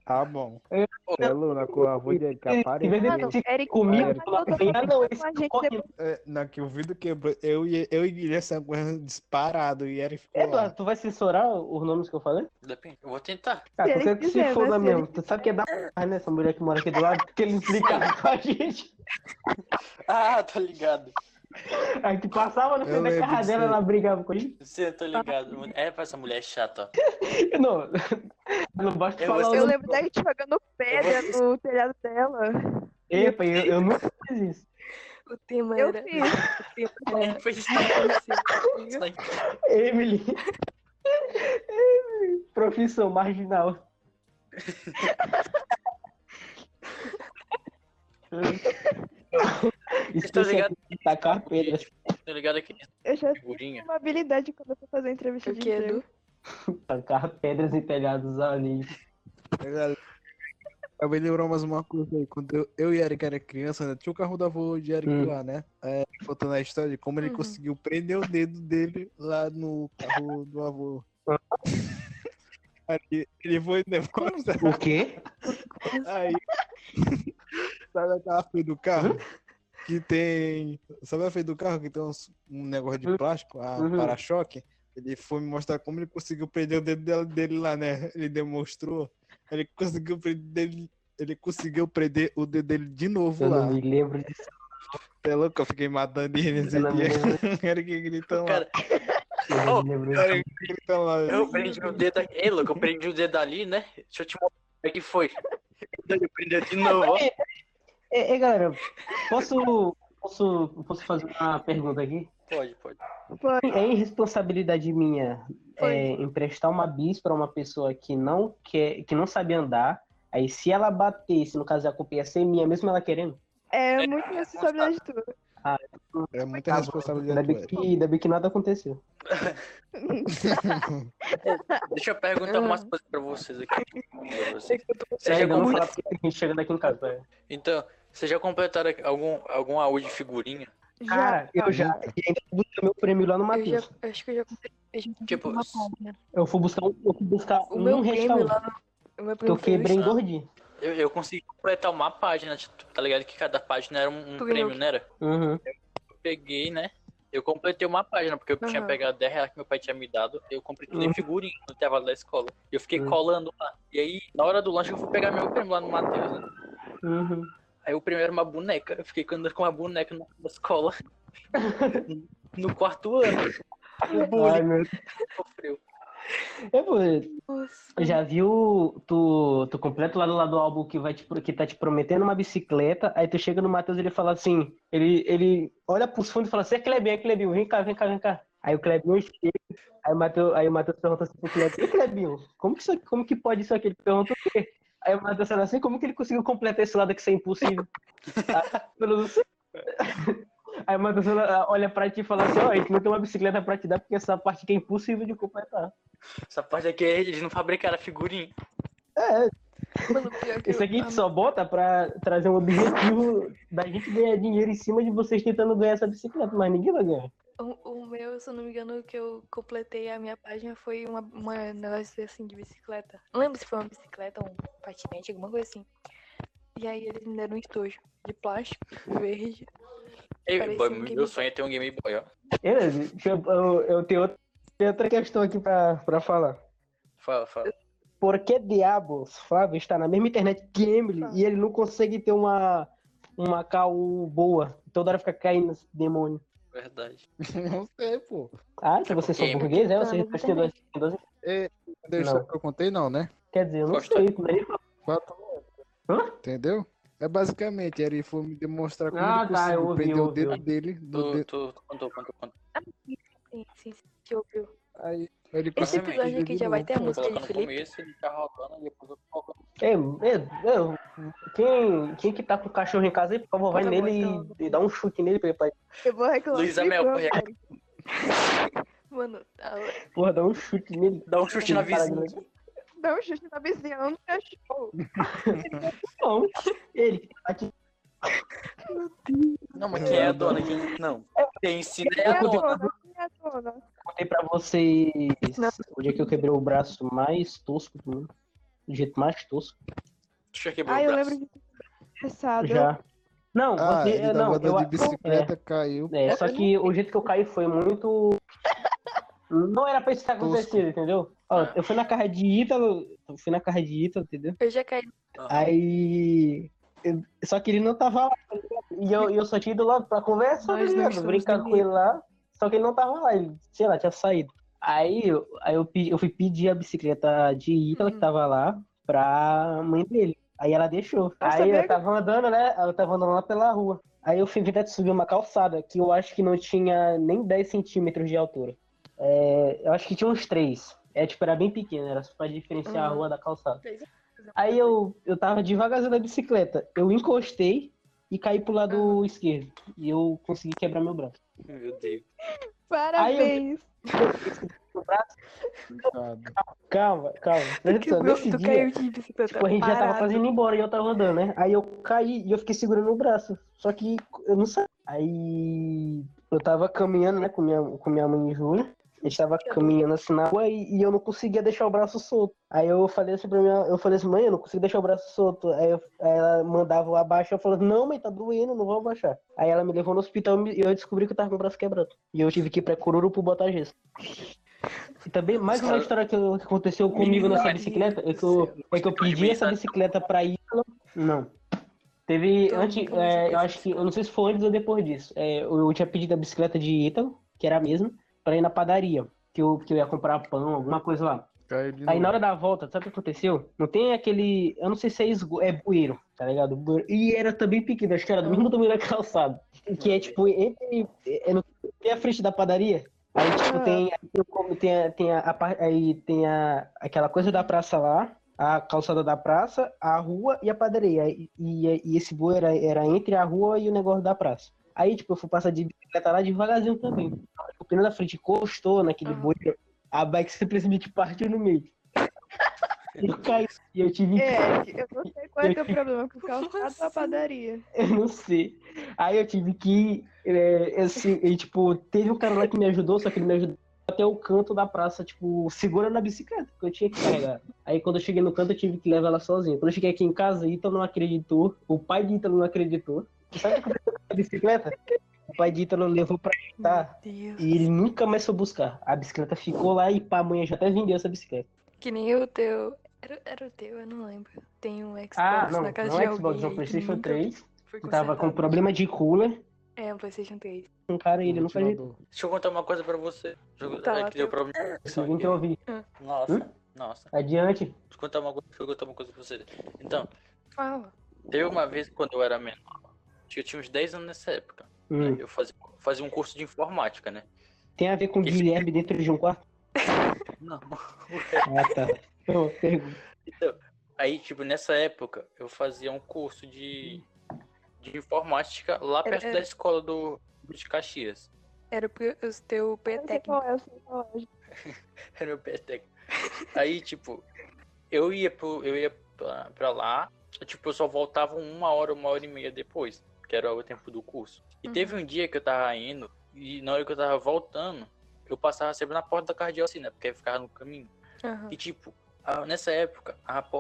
[SPEAKER 2] Tá bom.
[SPEAKER 4] É.
[SPEAKER 2] É Luna com o avô dele que
[SPEAKER 4] Em vez
[SPEAKER 2] apareceu.
[SPEAKER 4] dele
[SPEAKER 6] Mano,
[SPEAKER 4] se
[SPEAKER 6] Eric
[SPEAKER 4] comigo,
[SPEAKER 6] vai
[SPEAKER 4] falava
[SPEAKER 6] todo
[SPEAKER 4] assim, ah,
[SPEAKER 6] mundo
[SPEAKER 4] não,
[SPEAKER 6] com a gente
[SPEAKER 4] esse corre.
[SPEAKER 2] É, não, que o vidro quebrou. Eu e, eu e Guilherme saímos correndo disparado e ele ficou lá.
[SPEAKER 4] Eduardo, tu vai censurar os nomes que eu falei?
[SPEAKER 1] Depende. Eu vou tentar.
[SPEAKER 4] Ah,
[SPEAKER 6] Se
[SPEAKER 4] tu
[SPEAKER 6] ele
[SPEAKER 4] quer que se
[SPEAKER 6] quiser,
[SPEAKER 4] foda
[SPEAKER 6] né? Se ele
[SPEAKER 4] mesmo. Tu sabe que é da ah, né? Essa mulher que mora aqui do lado, que ele implicava com a gente.
[SPEAKER 1] Ah, tô ligado.
[SPEAKER 4] Aí tu passava no
[SPEAKER 2] Eu
[SPEAKER 4] frente da
[SPEAKER 2] lembro
[SPEAKER 4] casa
[SPEAKER 2] disso
[SPEAKER 4] dela,
[SPEAKER 2] aí.
[SPEAKER 4] ela brigava com ele.
[SPEAKER 1] Você tô ligado. É pra essa mulher chata. ó.
[SPEAKER 4] Não, não basta
[SPEAKER 1] Eu-
[SPEAKER 4] falar o
[SPEAKER 6] Eu
[SPEAKER 4] nome.
[SPEAKER 6] lembro da gente jogando pedra no telhado dela.
[SPEAKER 4] Epa, eu, eu nunca fiz isso.
[SPEAKER 3] o tema
[SPEAKER 6] Eu
[SPEAKER 3] era.
[SPEAKER 6] fiz.
[SPEAKER 3] O tema era.
[SPEAKER 1] Foi isso.
[SPEAKER 3] Isso aí.
[SPEAKER 4] Emily. Emily. Profissão marginal.
[SPEAKER 1] Estou ligado.
[SPEAKER 4] Tacar pedras.
[SPEAKER 1] Tô Tá ligado aqui.
[SPEAKER 6] Eu já tenho
[SPEAKER 1] Figurinha.
[SPEAKER 6] uma habilidade quando eu for fazer entrevista
[SPEAKER 3] O
[SPEAKER 6] de
[SPEAKER 3] que, é
[SPEAKER 6] emprego.
[SPEAKER 3] Edu?
[SPEAKER 4] Tacar pedras em telhados ali.
[SPEAKER 2] tá Eu me lembro mais uma coisa aí. Quando eu, eu e Eric era criança, né, tinha o carro da avó de Eric
[SPEAKER 4] Hum.
[SPEAKER 2] lá, né? É, contando a história de como ele
[SPEAKER 3] Uhum.
[SPEAKER 2] conseguiu prender o dedo dele lá no carro do avô. Aí ele foi demonstrar.
[SPEAKER 4] O quê?
[SPEAKER 2] Aí. Sabe aquela frente do carro? Que tem. Sabe a frente do carro que tem uns- um negócio de
[SPEAKER 4] Uhum.
[SPEAKER 2] plástico, a
[SPEAKER 4] Uhum.
[SPEAKER 2] para-choque? Ele foi me mostrar como ele conseguiu prender o dedo dela- dele lá, né? Ele demonstrou. Ele conseguiu prender. Ele, ele conseguiu prender o dedo dele de novo
[SPEAKER 4] Eu
[SPEAKER 2] lá.
[SPEAKER 4] não me lembro disso.
[SPEAKER 2] Você é louco? Eu fiquei matando ele nesse
[SPEAKER 4] Eu não
[SPEAKER 2] dia.
[SPEAKER 4] me lembro,
[SPEAKER 2] Era que gritando lá.
[SPEAKER 1] Cara,
[SPEAKER 4] eu não me lembro
[SPEAKER 2] Era
[SPEAKER 4] disso.
[SPEAKER 2] que gritando lá.
[SPEAKER 1] eu prendi o dedo aqui. Ei, louco, eu prendi o dedo ali, né? Deixa eu te mostrar como é que foi. Ele prendeu de novo, ó.
[SPEAKER 4] Ei, ei, galera, posso, posso, posso fazer uma pergunta aqui?
[SPEAKER 1] Pode, pode.
[SPEAKER 4] É irresponsabilidade minha
[SPEAKER 3] Foi.
[SPEAKER 4] é, emprestar uma bis pra uma pessoa que não quer, que não sabe andar. Aí se ela bater, se no caso a culpa ia ser minha, mesmo ela querendo.
[SPEAKER 6] É muito responsabilidade
[SPEAKER 2] É
[SPEAKER 6] tua.
[SPEAKER 2] muita
[SPEAKER 4] Tá bom. Ainda
[SPEAKER 2] responsabilidade.
[SPEAKER 4] bem que, ainda bem que nada aconteceu.
[SPEAKER 1] Deixa eu perguntar umas coisas pra vocês aqui. Pra vocês.
[SPEAKER 4] É,
[SPEAKER 1] Você já
[SPEAKER 4] ainda não
[SPEAKER 1] completou-
[SPEAKER 4] falar porque tem gente chegando aqui em casa. velho. Então,
[SPEAKER 1] Então, vocês já completaram algum, algum AU de figurinha?
[SPEAKER 4] cara, eu já e ainda fui buscar meu prêmio lá no
[SPEAKER 3] Eu já,
[SPEAKER 4] Matheus.
[SPEAKER 3] eu acho que eu já comprei. eu já comprei
[SPEAKER 1] Tipo,
[SPEAKER 3] uma página.
[SPEAKER 4] Eu fui buscar, um- eu fui buscar
[SPEAKER 3] o
[SPEAKER 4] um
[SPEAKER 3] meu prêmio
[SPEAKER 4] restaurante
[SPEAKER 3] lá no. O meu
[SPEAKER 4] que eu
[SPEAKER 3] prêmio foi o
[SPEAKER 4] quebrei
[SPEAKER 1] Instagram.
[SPEAKER 4] engordinho.
[SPEAKER 1] Eu, eu consegui completar uma página, tipo, tá ligado? Que cada página era um, um
[SPEAKER 3] Tu ganhou
[SPEAKER 1] prêmio,
[SPEAKER 3] o quê?
[SPEAKER 1] não era?
[SPEAKER 4] Uhum.
[SPEAKER 1] Eu peguei, né?
[SPEAKER 8] Eu completei uma página, porque eu
[SPEAKER 3] Aham.
[SPEAKER 8] tinha pegado 10 reais que meu pai tinha me dado. Eu comprei tudo em
[SPEAKER 4] Uhum.
[SPEAKER 8] figurinha no intervalo da escola. E eu fiquei
[SPEAKER 4] Uhum.
[SPEAKER 8] colando lá. E aí, na hora do lanche, eu fui pegar meu prêmio lá no Matheus, né?
[SPEAKER 4] Uhum.
[SPEAKER 8] Aí o primeiro era uma boneca. Eu fiquei andando com uma boneca na na escola. no quarto ano. O
[SPEAKER 4] Ai,
[SPEAKER 8] bullying
[SPEAKER 4] meu...
[SPEAKER 8] sofreu.
[SPEAKER 4] É, pô,
[SPEAKER 3] Nossa.
[SPEAKER 4] Já viu tu, tu completa lá do lado do álbum que, vai te, pro- que tá te prometendo uma bicicleta, aí tu chega no Matheus e ele fala assim, ele, ele olha pros fundos e fala assim, é Clebinho, é Clebinho, vem cá, vem cá, vem cá. Aí o Clebinho chega, aí o Matheus, aí o Matheus pergunta assim pro Clebinho, e Clebinho, como que, isso, aqui- como que pode isso aqui? Ele pergunta o quê? Aí o Matheus fala assim, como que ele conseguiu completar esse lado que isso é impossível? Aí, eu não sei. assim, Aí o Matheus fala- olha pra ti e fala assim, ó, a gente não tem uma bicicleta pra te dar porque essa parte aqui é impossível de completar.
[SPEAKER 8] Essa parte aqui, eles não fabricaram figurinha.
[SPEAKER 4] É,
[SPEAKER 3] Mano, pior que
[SPEAKER 4] Isso
[SPEAKER 3] eu-
[SPEAKER 4] aqui a gente
[SPEAKER 3] a-
[SPEAKER 4] só bota pra trazer um objetivo da gente ganhar dinheiro em cima de vocês tentando ganhar essa bicicleta, mas ninguém vai ganhar.
[SPEAKER 3] O, o meu, se eu não me engano, que eu completei a minha página foi uma, uma negócio assim de bicicleta. Não lembro se foi uma bicicleta, um patinete, alguma coisa assim.
[SPEAKER 6] Tipo,
[SPEAKER 3] E aí eles me deram um estojo de plástico verde.
[SPEAKER 8] Ei,
[SPEAKER 3] Parecia
[SPEAKER 8] boy,
[SPEAKER 3] um Game
[SPEAKER 8] meu
[SPEAKER 3] Boy.
[SPEAKER 8] sonho é ter um Game Boy, ó.
[SPEAKER 4] Beleza, deixa eu, eu- eu tenho outra, tenho outra questão aqui pra, pra falar.
[SPEAKER 8] Fala, fala.
[SPEAKER 4] Por que diabos Flávio está na mesma internet que Emily e ele não consegue ter uma, uma call boa? Toda hora fica caindo nesse demônio.
[SPEAKER 8] Verdade.
[SPEAKER 2] Não sei, pô.
[SPEAKER 4] Ah, se você é só
[SPEAKER 8] porque-
[SPEAKER 4] burguês, é? Você
[SPEAKER 5] Tá,
[SPEAKER 4] tem dois, tem dois-
[SPEAKER 2] Entendeu isso
[SPEAKER 4] Não.
[SPEAKER 2] que eu contei, não, né?
[SPEAKER 4] assim, Quer dizer, eu não
[SPEAKER 8] Gosto.
[SPEAKER 4] sei. Mas ele
[SPEAKER 2] Quatro
[SPEAKER 4] Hã?
[SPEAKER 2] Entendeu? É basicamente, ele foi me demonstrar como
[SPEAKER 4] Ah,
[SPEAKER 2] ele
[SPEAKER 4] tá, eu
[SPEAKER 2] conseguiu
[SPEAKER 4] ouvi,
[SPEAKER 2] prender
[SPEAKER 4] eu
[SPEAKER 2] o dedo
[SPEAKER 4] ouvi.
[SPEAKER 2] dele no
[SPEAKER 8] Tu,
[SPEAKER 2] dedo.
[SPEAKER 8] tu, tu contou, contou, contou.
[SPEAKER 3] Sim, sim, sim, que eu- eu-
[SPEAKER 2] Aí ele
[SPEAKER 3] Esse
[SPEAKER 2] conseguiu
[SPEAKER 8] Exatamente.
[SPEAKER 3] episódio aqui
[SPEAKER 2] de
[SPEAKER 3] já vai
[SPEAKER 2] novo.
[SPEAKER 3] ter É a
[SPEAKER 8] Eu
[SPEAKER 3] música de
[SPEAKER 8] colocando no
[SPEAKER 3] Felipe.
[SPEAKER 8] começo, ele tá rolando, depois eu tô colocando.
[SPEAKER 4] É, é, é, quem, quem que tá com o cachorro em casa aí, por favor, vai
[SPEAKER 3] Tá bom,
[SPEAKER 4] nele
[SPEAKER 3] então.
[SPEAKER 4] e, e dá um chute nele pra ele pra-
[SPEAKER 6] Eu vou reclamar.
[SPEAKER 8] Luísa
[SPEAKER 6] de
[SPEAKER 8] Mel,
[SPEAKER 6] novo,
[SPEAKER 8] corre
[SPEAKER 6] cara.
[SPEAKER 3] Mano, tá a-
[SPEAKER 4] Porra, dá um chute nele.
[SPEAKER 8] Dá um chute na vizinha.
[SPEAKER 6] Dá um chute na vizinha, ela não tem show.
[SPEAKER 4] Não. Ele aqui
[SPEAKER 8] Não, mas quem é a dona? Quem... Não. Quem ensina é
[SPEAKER 6] Quem
[SPEAKER 8] a dona.
[SPEAKER 6] Quem é a dona?
[SPEAKER 4] contei pra vocês
[SPEAKER 3] Não.
[SPEAKER 4] o dia que eu quebrei o braço mais tosco do mundo. Do jeito mais tosco.
[SPEAKER 8] Deixa eu quebrar
[SPEAKER 6] Ah,
[SPEAKER 8] o
[SPEAKER 6] eu
[SPEAKER 8] braço.
[SPEAKER 6] lembro de estressado.
[SPEAKER 4] Já. Não,
[SPEAKER 2] Ah,
[SPEAKER 4] você.
[SPEAKER 2] ele
[SPEAKER 4] é, não,
[SPEAKER 2] tava andando
[SPEAKER 4] eu,
[SPEAKER 2] de bicicleta, caiu.
[SPEAKER 4] é, só que o jeito que eu caí foi muito. Não era pra isso ter acontecido, entendeu? Ó,
[SPEAKER 8] É.
[SPEAKER 4] eu fui na casa de Ítalo. Eu fui na casa de Ítalo, entendeu?
[SPEAKER 3] eu já caí.
[SPEAKER 4] Aí. eu- Só que ele não tava lá. tá ligado? E eu, e eu só tinha ido lá pra conversa, tá
[SPEAKER 3] Nós não
[SPEAKER 4] ligado?
[SPEAKER 3] estamos
[SPEAKER 4] Brincar
[SPEAKER 3] nem
[SPEAKER 4] com
[SPEAKER 3] aí.
[SPEAKER 4] ele lá. Só que ele não tava lá, ele, sei lá, tinha saído. Aí, eu- aí eu, pedi- eu fui pedir a bicicleta de Ítala, que
[SPEAKER 3] Uhum.
[SPEAKER 4] tava lá, pra mãe dele. Aí ela deixou. aí
[SPEAKER 6] sabia
[SPEAKER 4] eu
[SPEAKER 6] que-
[SPEAKER 4] tava andando, né? Ela tava andando lá pela rua. Aí eu fui tentar subir uma calçada, que eu acho que não tinha nem 10 centímetros de altura. É, eu acho que tinha uns 3. É, tipo, era bem pequeno, era só pra diferenciar a
[SPEAKER 3] Uhum. né?
[SPEAKER 4] rua da calçada. Aí eu, eu tava devagarzinho na bicicleta. Eu encostei e caí pro lado esquerdo. E eu consegui quebrar meu braço.
[SPEAKER 8] Meu Deus.
[SPEAKER 6] Parabéns.
[SPEAKER 2] Coitado.
[SPEAKER 4] Calma, calma.
[SPEAKER 3] Tu,
[SPEAKER 4] Presta
[SPEAKER 6] É
[SPEAKER 4] atenção,
[SPEAKER 3] quebrou,
[SPEAKER 4] nesse
[SPEAKER 3] Tipo, tu
[SPEAKER 4] dia,
[SPEAKER 3] caiu de bicicleta.
[SPEAKER 4] tipo, a gente já tava
[SPEAKER 3] parado.
[SPEAKER 4] quase indo embora e eu tava andando, né? Aí eu caí e eu fiquei segurando o braço. Só que eu não sabia. Aí eu tava caminhando, né, com minha, com minha mãe e Júlia. A gente tava caminhando assim na rua e, e eu não conseguia deixar o braço solto. Aí eu falei assim pra minha, eu falei assim, mãe, eu não consigo deixar o braço solto. Aí, eu- aí ela mandava eu abaixar, eu falava, não, mãe, tá doendo, não vou abaixar. Aí ela me levou no hospital e me- e eu descobri que eu tava com o braço quebrado. E eu tive que ir pra Cururu pro Botagesso. E também, mais uma
[SPEAKER 8] Cara,
[SPEAKER 4] história que, eu- que aconteceu comigo
[SPEAKER 8] menino,
[SPEAKER 4] nessa
[SPEAKER 8] meu
[SPEAKER 4] bicicleta, é
[SPEAKER 8] Deus
[SPEAKER 4] que
[SPEAKER 8] do
[SPEAKER 4] eu,
[SPEAKER 8] céu.
[SPEAKER 4] é que eu pedi essa bicicleta pra Ítalo. Não. Teve
[SPEAKER 3] Todo
[SPEAKER 4] antes,
[SPEAKER 3] mundo
[SPEAKER 4] é,
[SPEAKER 3] usa
[SPEAKER 4] eu acho que, eu não sei se foi antes ou depois disso. É, eu, eu tinha pedido a bicicleta de Ítalo, que era a mesma, pra ir na padaria. Que eu, que eu ia comprar pão, alguma coisa lá.
[SPEAKER 2] Caiu de
[SPEAKER 4] Aí na
[SPEAKER 2] novo.
[SPEAKER 4] hora da volta, sabe o que aconteceu? Não tem aquele. Eu não sei se é esgo... é bueiro, tá ligado? Bueiro. E era também pequeno, acho que era do mesmo tamanho da calçada. Que é tipo, entre. É no... tem a frente da padaria. Aí, tipo,
[SPEAKER 6] Ah.
[SPEAKER 4] tem. aí tem como- Tem, a, tem, a, a par- aí tem a, aquela coisa da praça lá, a calçada da praça, a rua e a padaria. E, e, e esse boi era, era entre a rua e o negócio da praça. Aí, tipo, eu fui passar de bicicleta lá devagarzinho também. O pneu da frente encostou naquele
[SPEAKER 3] Aham.
[SPEAKER 4] boi, a bike simplesmente partiu no meio. Eu caí e eu tive que.
[SPEAKER 6] É, eu não sei qual é o teu problema com calçado ou a padaria.
[SPEAKER 4] Eu não sei. Aí eu tive que. É, assim, e, tipo, teve um cara lá que me ajudou, só que ele me ajudou até o canto da praça, tipo, segurando a bicicleta, que eu tinha que carregar. Aí quando eu cheguei no canto, eu tive que levar ela sozinho. Quando eu cheguei aqui em casa, Ítalo não acreditou, o pai de Ítalo não acreditou. Sabe o que aconteceu com a bicicleta? pai de Ítalo levou pra Tá.
[SPEAKER 3] Meu Deus.
[SPEAKER 4] e ele nunca mais foi buscar. A bicicleta ficou lá e pá, a mãe já até vendeu essa bicicleta.
[SPEAKER 3] Que nem o teu. Era, era o teu, eu não lembro. Tem um Xbox
[SPEAKER 4] Ah, não,
[SPEAKER 3] na casa
[SPEAKER 4] não
[SPEAKER 3] de
[SPEAKER 4] é
[SPEAKER 3] alguém.
[SPEAKER 4] Xbox, é um
[SPEAKER 3] que
[SPEAKER 4] PlayStation
[SPEAKER 3] nunca
[SPEAKER 4] 3.
[SPEAKER 3] foi
[SPEAKER 4] que Tava com
[SPEAKER 3] consertado.
[SPEAKER 4] problema de cooler.
[SPEAKER 3] É, um PlayStation 3.
[SPEAKER 4] Um cara ele não fazia
[SPEAKER 1] Deixa eu contar uma coisa pra você. Jogo-
[SPEAKER 3] Tá,
[SPEAKER 1] é que deu
[SPEAKER 3] tá.
[SPEAKER 1] problema.
[SPEAKER 4] isso. Ninguém quer ouvir.
[SPEAKER 1] Nossa,
[SPEAKER 4] Hum?
[SPEAKER 1] nossa.
[SPEAKER 4] então Adiante.
[SPEAKER 1] Deixa eu contar uma coisa, deixa eu contar uma coisa pra você. Então,
[SPEAKER 3] Fala.
[SPEAKER 1] teve uma vez quando eu era menor, acho que eu tinha uns 10 anos nessa época.
[SPEAKER 4] Hum.
[SPEAKER 1] Eu fazia, fazia um curso de informática, né?
[SPEAKER 4] Tem a ver com o
[SPEAKER 1] Esse-
[SPEAKER 4] Guilherme dentro de um quarto?
[SPEAKER 1] Não.
[SPEAKER 4] Ah, tá. Eu pergunto.
[SPEAKER 1] Então, aí, tipo, nessa época, eu fazia um curso de, de informática lá
[SPEAKER 3] Era-
[SPEAKER 6] É.
[SPEAKER 1] perto
[SPEAKER 3] era-
[SPEAKER 1] da escola do de Caxias.
[SPEAKER 3] Era o pe- o teu P
[SPEAKER 6] Eu sei
[SPEAKER 3] técnico.
[SPEAKER 6] qual é, eu sei qual é.
[SPEAKER 1] Era meu peteco. Aí, tipo, eu ia, pro, eu ia pra, pra lá, e, tipo, eu só voltava uma hora, uma hora e meia depois, que era o tempo do curso. E
[SPEAKER 3] Uhum.
[SPEAKER 1] teve um dia que eu tava indo, e na hora que eu tava voltando, eu passava sempre na porta da Cardiocina, né? Porque ficava no caminho.
[SPEAKER 3] Aham.
[SPEAKER 1] E, tipo, a- nessa época, a, po-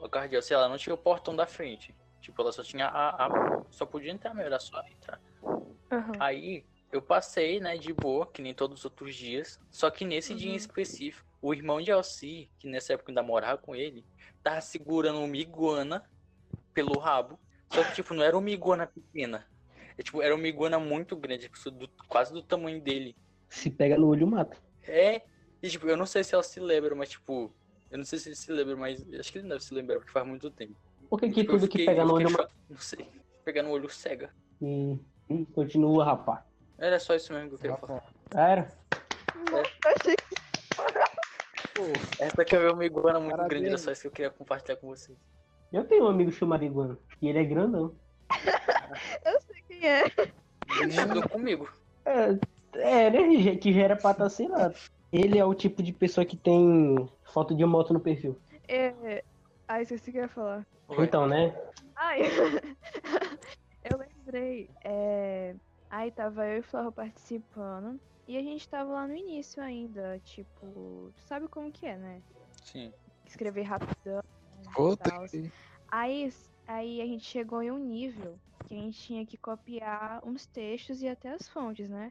[SPEAKER 1] o, a Cardiocina, ela não tinha o portão da frente. Tipo, ela só tinha a... a- só podia entrar, meu, era só entrar.
[SPEAKER 3] Aham.
[SPEAKER 1] Aí eu passei, né, de boa, que nem todos os outros dias. Só que nesse dia em
[SPEAKER 3] Uhum.
[SPEAKER 1] específico, o irmão de Alci, que nessa época eu ainda morava com ele, tava segurando uma iguana pelo rabo. Só que, tipo, não era uma iguana pequena. É, tipo, era uma iguana muito grande, tipo, do- quase do tamanho dele.
[SPEAKER 4] Se pega no olho, mata.
[SPEAKER 1] É. E, tipo, eu não sei se ela se lembra, mas, tipo, eu não sei se ele se lembra, mas acho que ele deve se lembrar, porque faz muito tempo.
[SPEAKER 4] Por que, que
[SPEAKER 1] Tipo, eu
[SPEAKER 4] tudo que
[SPEAKER 1] fiquei-
[SPEAKER 4] pega
[SPEAKER 1] eu
[SPEAKER 4] no olho,
[SPEAKER 1] fiquei
[SPEAKER 4] mata?
[SPEAKER 1] cho- Não sei. Pegar no olho cega.
[SPEAKER 4] Hum, hum, continua, rapaz.
[SPEAKER 1] Era só isso mesmo que eu queria falar.
[SPEAKER 4] Era?
[SPEAKER 1] Essa que é uma iguana muito
[SPEAKER 2] Parabéns.
[SPEAKER 1] grande, era só isso que eu queria compartilhar com vocês.
[SPEAKER 4] Eu tenho um amigo chamado Iguana. E ele é grandão.
[SPEAKER 6] Eu sei quem é.
[SPEAKER 1] Ele estudou comigo.
[SPEAKER 4] É, é, né? já- Que já era pra estar, sei lá. Ele é o tipo de pessoa que tem foto de moto no perfil.
[SPEAKER 6] é... Ah, esqueci o que eu ia falar.
[SPEAKER 4] Então, né?
[SPEAKER 6] Ai, eu lembrei. É... Aí tava eu e o Flávio participando. E a gente tava lá no início ainda. Tipo, tu sabe como que é, né?
[SPEAKER 1] Sim.
[SPEAKER 6] Escrever rapidão. né,
[SPEAKER 3] Tá,
[SPEAKER 6] tal.
[SPEAKER 2] Voltei.
[SPEAKER 6] Aí, aí a gente chegou em um nível que a gente tinha que copiar uns textos e até as fontes, né?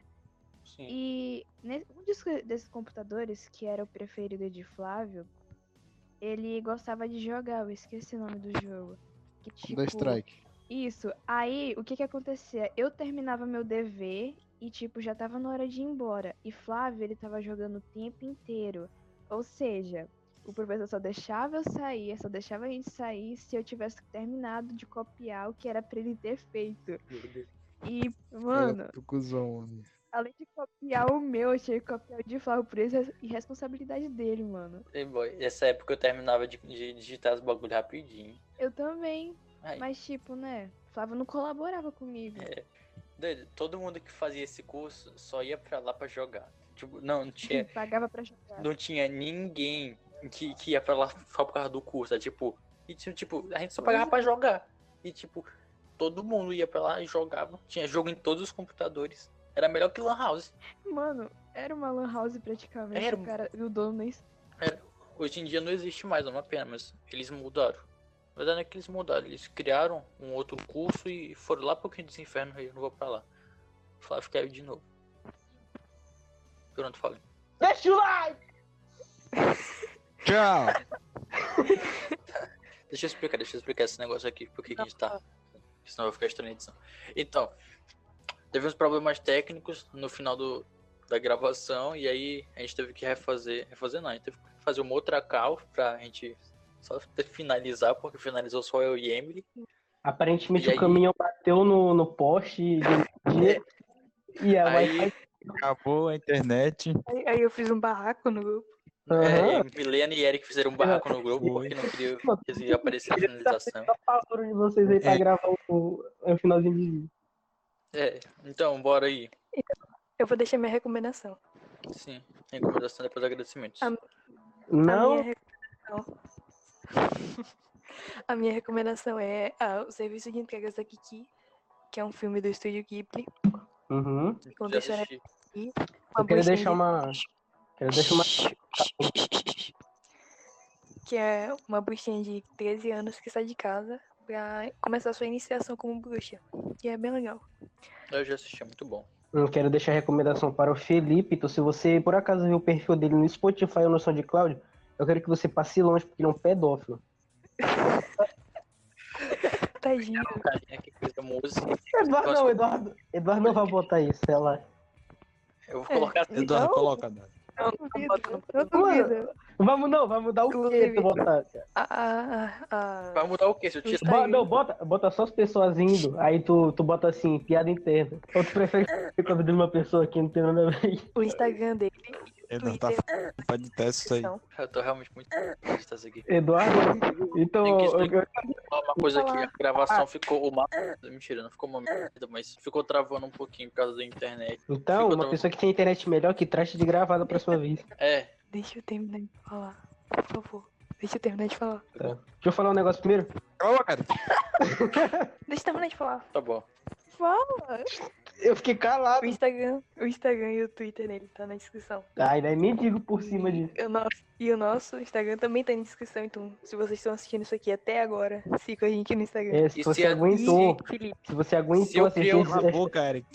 [SPEAKER 1] Sim.
[SPEAKER 6] E ne- um des- desses computadores, que era o preferido de Flávio, ele gostava de jogar, eu esqueci o nome do jogo. Que,
[SPEAKER 3] tipo,
[SPEAKER 6] tipo,
[SPEAKER 2] Da Strike.
[SPEAKER 6] Isso. Aí, o que que acontecia? Eu terminava meu dever e, tipo, já tava na hora de ir embora. E Flávio, ele tava jogando o tempo inteiro. Ou seja, o professor só deixava eu sair, só deixava a gente sair se eu tivesse terminado de copiar o que era pra ele ter feito. E, mano,
[SPEAKER 2] Era pro cuzão, mano.
[SPEAKER 6] Além de copiar o meu, eu tinha que copiar o de Flávio por isso é irresponsabilidade dele, mano.
[SPEAKER 1] E, boy, Nessa época eu terminava de, de digitar os bagulhos rapidinho.
[SPEAKER 6] Eu também.
[SPEAKER 1] Ai.
[SPEAKER 6] Mas tipo, né? Flávio não colaborava comigo.
[SPEAKER 1] É. Doido, todo mundo que fazia esse curso só ia pra lá pra jogar. Tipo, não, não tinha,
[SPEAKER 6] Pagava pra jogar.
[SPEAKER 1] não tinha ninguém que, que ia pra lá só por causa do curso. É tipo, e tinha, tipo, a gente só pagava pra jogar. E tipo, todo mundo ia pra lá e jogava. Tinha jogo em todos os computadores. Era melhor que Lan House.
[SPEAKER 6] Mano, era uma lan house praticamente.
[SPEAKER 1] Era
[SPEAKER 6] O
[SPEAKER 1] um-
[SPEAKER 6] cara, e o dono nem.
[SPEAKER 1] Hoje em dia não existe mais, é uma pena, mas eles mudaram. Na verdade não é que eles mudaram, eles criaram um outro curso e foram lá pro Quinto dos Infernos, eu não vou pra lá. O Flávio caiu de novo. Pronto, falei.
[SPEAKER 4] Deixa o like!
[SPEAKER 2] Tchau!
[SPEAKER 1] Deixa eu explicar, deixa eu explicar esse negócio aqui, porque que a gente tá. Senão vai ficar estranha a edição. Então, teve uns problemas técnicos no final do, da gravação, e aí a gente teve que refazer. Refazer não, a gente teve que fazer uma outra cal pra gente só finalizar, porque finalizou só eu e Emily.
[SPEAKER 4] Aparentemente
[SPEAKER 1] E
[SPEAKER 4] o
[SPEAKER 1] aí?
[SPEAKER 4] caminhão bateu no, no poste de energia. E a
[SPEAKER 1] Aí-
[SPEAKER 4] Wi-Fi.
[SPEAKER 2] Acabou a internet.
[SPEAKER 3] Aí, aí eu fiz um barraco no grupo.
[SPEAKER 1] É,
[SPEAKER 4] Aham.
[SPEAKER 1] e Milena e Eric fizeram um barraco no grupo porque não queriam que eles iam aparecer a finalização.
[SPEAKER 4] Só palavrão tá de vocês aí pra
[SPEAKER 2] É.
[SPEAKER 4] gravar o, o finalzinho de vídeo.
[SPEAKER 1] É, então, bora aí.
[SPEAKER 3] Eu vou deixar minha recomendação.
[SPEAKER 1] Sim, recomendação depois agradecimentos.
[SPEAKER 3] Ah, A minha
[SPEAKER 4] Não,
[SPEAKER 3] recomendação. a minha recomendação é ah, o serviço de entregas da Kiki, que é um filme do estúdio Ghibli.
[SPEAKER 4] Uhum.
[SPEAKER 1] Já
[SPEAKER 3] Deixa eu
[SPEAKER 1] assisti.
[SPEAKER 3] Uma
[SPEAKER 4] eu quero
[SPEAKER 3] bolsinha
[SPEAKER 4] deixar
[SPEAKER 3] de-
[SPEAKER 4] uma. Quero deixar uma.
[SPEAKER 3] Que é uma buchinha de 13 anos que sai de casa pra começar sua iniciação como bruxa. E é bem legal.
[SPEAKER 1] Eu já assisti, é muito bom.
[SPEAKER 4] Hum, Quero deixar a recomendação para o Felipe. Então, se você por acaso viu o perfil dele no Spotify ou no SoundCloud, eu quero que você passe longe, porque ele é um pedófilo.
[SPEAKER 3] Tadinho.
[SPEAKER 1] O carinha é que fez a música.
[SPEAKER 4] Eduardo não, Eduardo. Eduardo não vai botar isso, sei lá.
[SPEAKER 1] Eu vou colocar assim.
[SPEAKER 2] Eduardo, coloca, Dado.
[SPEAKER 3] Não,
[SPEAKER 6] Eu
[SPEAKER 3] não bota no
[SPEAKER 6] duvido. Eu duvido.
[SPEAKER 4] Vamos não, vai mudar o quê? Tu botar?
[SPEAKER 3] Ah, ah, ah.
[SPEAKER 1] Vai mudar o quê? Se eu te
[SPEAKER 3] Tá
[SPEAKER 4] Bo-
[SPEAKER 3] aí.
[SPEAKER 4] não, bota, bota só as pessoas indo, aí tu, tu bota assim, piada interna. Ou tu prefere ficar de uma pessoa que não tem nada a ver.
[SPEAKER 3] O Instagram dele. é
[SPEAKER 2] Eduardo tá fazendo de teste isso aí.
[SPEAKER 3] Então,
[SPEAKER 1] Eu tô realmente muito feliz dessa aqui.
[SPEAKER 4] Eduardo, então.
[SPEAKER 1] Tem que
[SPEAKER 4] Eu, eu,
[SPEAKER 1] explicar uma coisa aqui, a gravação ficou uma Mentira, não ficou uma merda, mas ficou travando um pouquinho por causa da internet.
[SPEAKER 4] então,
[SPEAKER 1] Ficou
[SPEAKER 4] uma
[SPEAKER 1] tão-
[SPEAKER 4] pessoa que tem internet melhor que trate de gravar da próxima vez.
[SPEAKER 1] É,
[SPEAKER 3] deixa eu terminar de falar. Por favor. Deixa eu terminar de falar.
[SPEAKER 4] Deixa eu falar um negócio primeiro.
[SPEAKER 2] Calma, cara.
[SPEAKER 3] Deixa eu terminar de falar.
[SPEAKER 1] tá bom.
[SPEAKER 3] Fala!
[SPEAKER 4] Eu fiquei
[SPEAKER 3] O
[SPEAKER 4] calado.
[SPEAKER 3] Instagram, o Instagram e o Twitter dele tá na descrição.
[SPEAKER 4] Ai, daí nem digo por cima disso.
[SPEAKER 3] E o nosso, e o nosso Instagram também tá na descrição, então se vocês estão assistindo isso aqui até agora, siga a gente no Instagram.
[SPEAKER 4] É, se
[SPEAKER 1] E
[SPEAKER 4] você
[SPEAKER 1] se a-
[SPEAKER 4] aguentou,
[SPEAKER 3] E Felipe,
[SPEAKER 4] se você
[SPEAKER 1] Se eu
[SPEAKER 4] aguentou assistir
[SPEAKER 1] criar
[SPEAKER 2] Cala a
[SPEAKER 4] esse-
[SPEAKER 2] boca, Eric.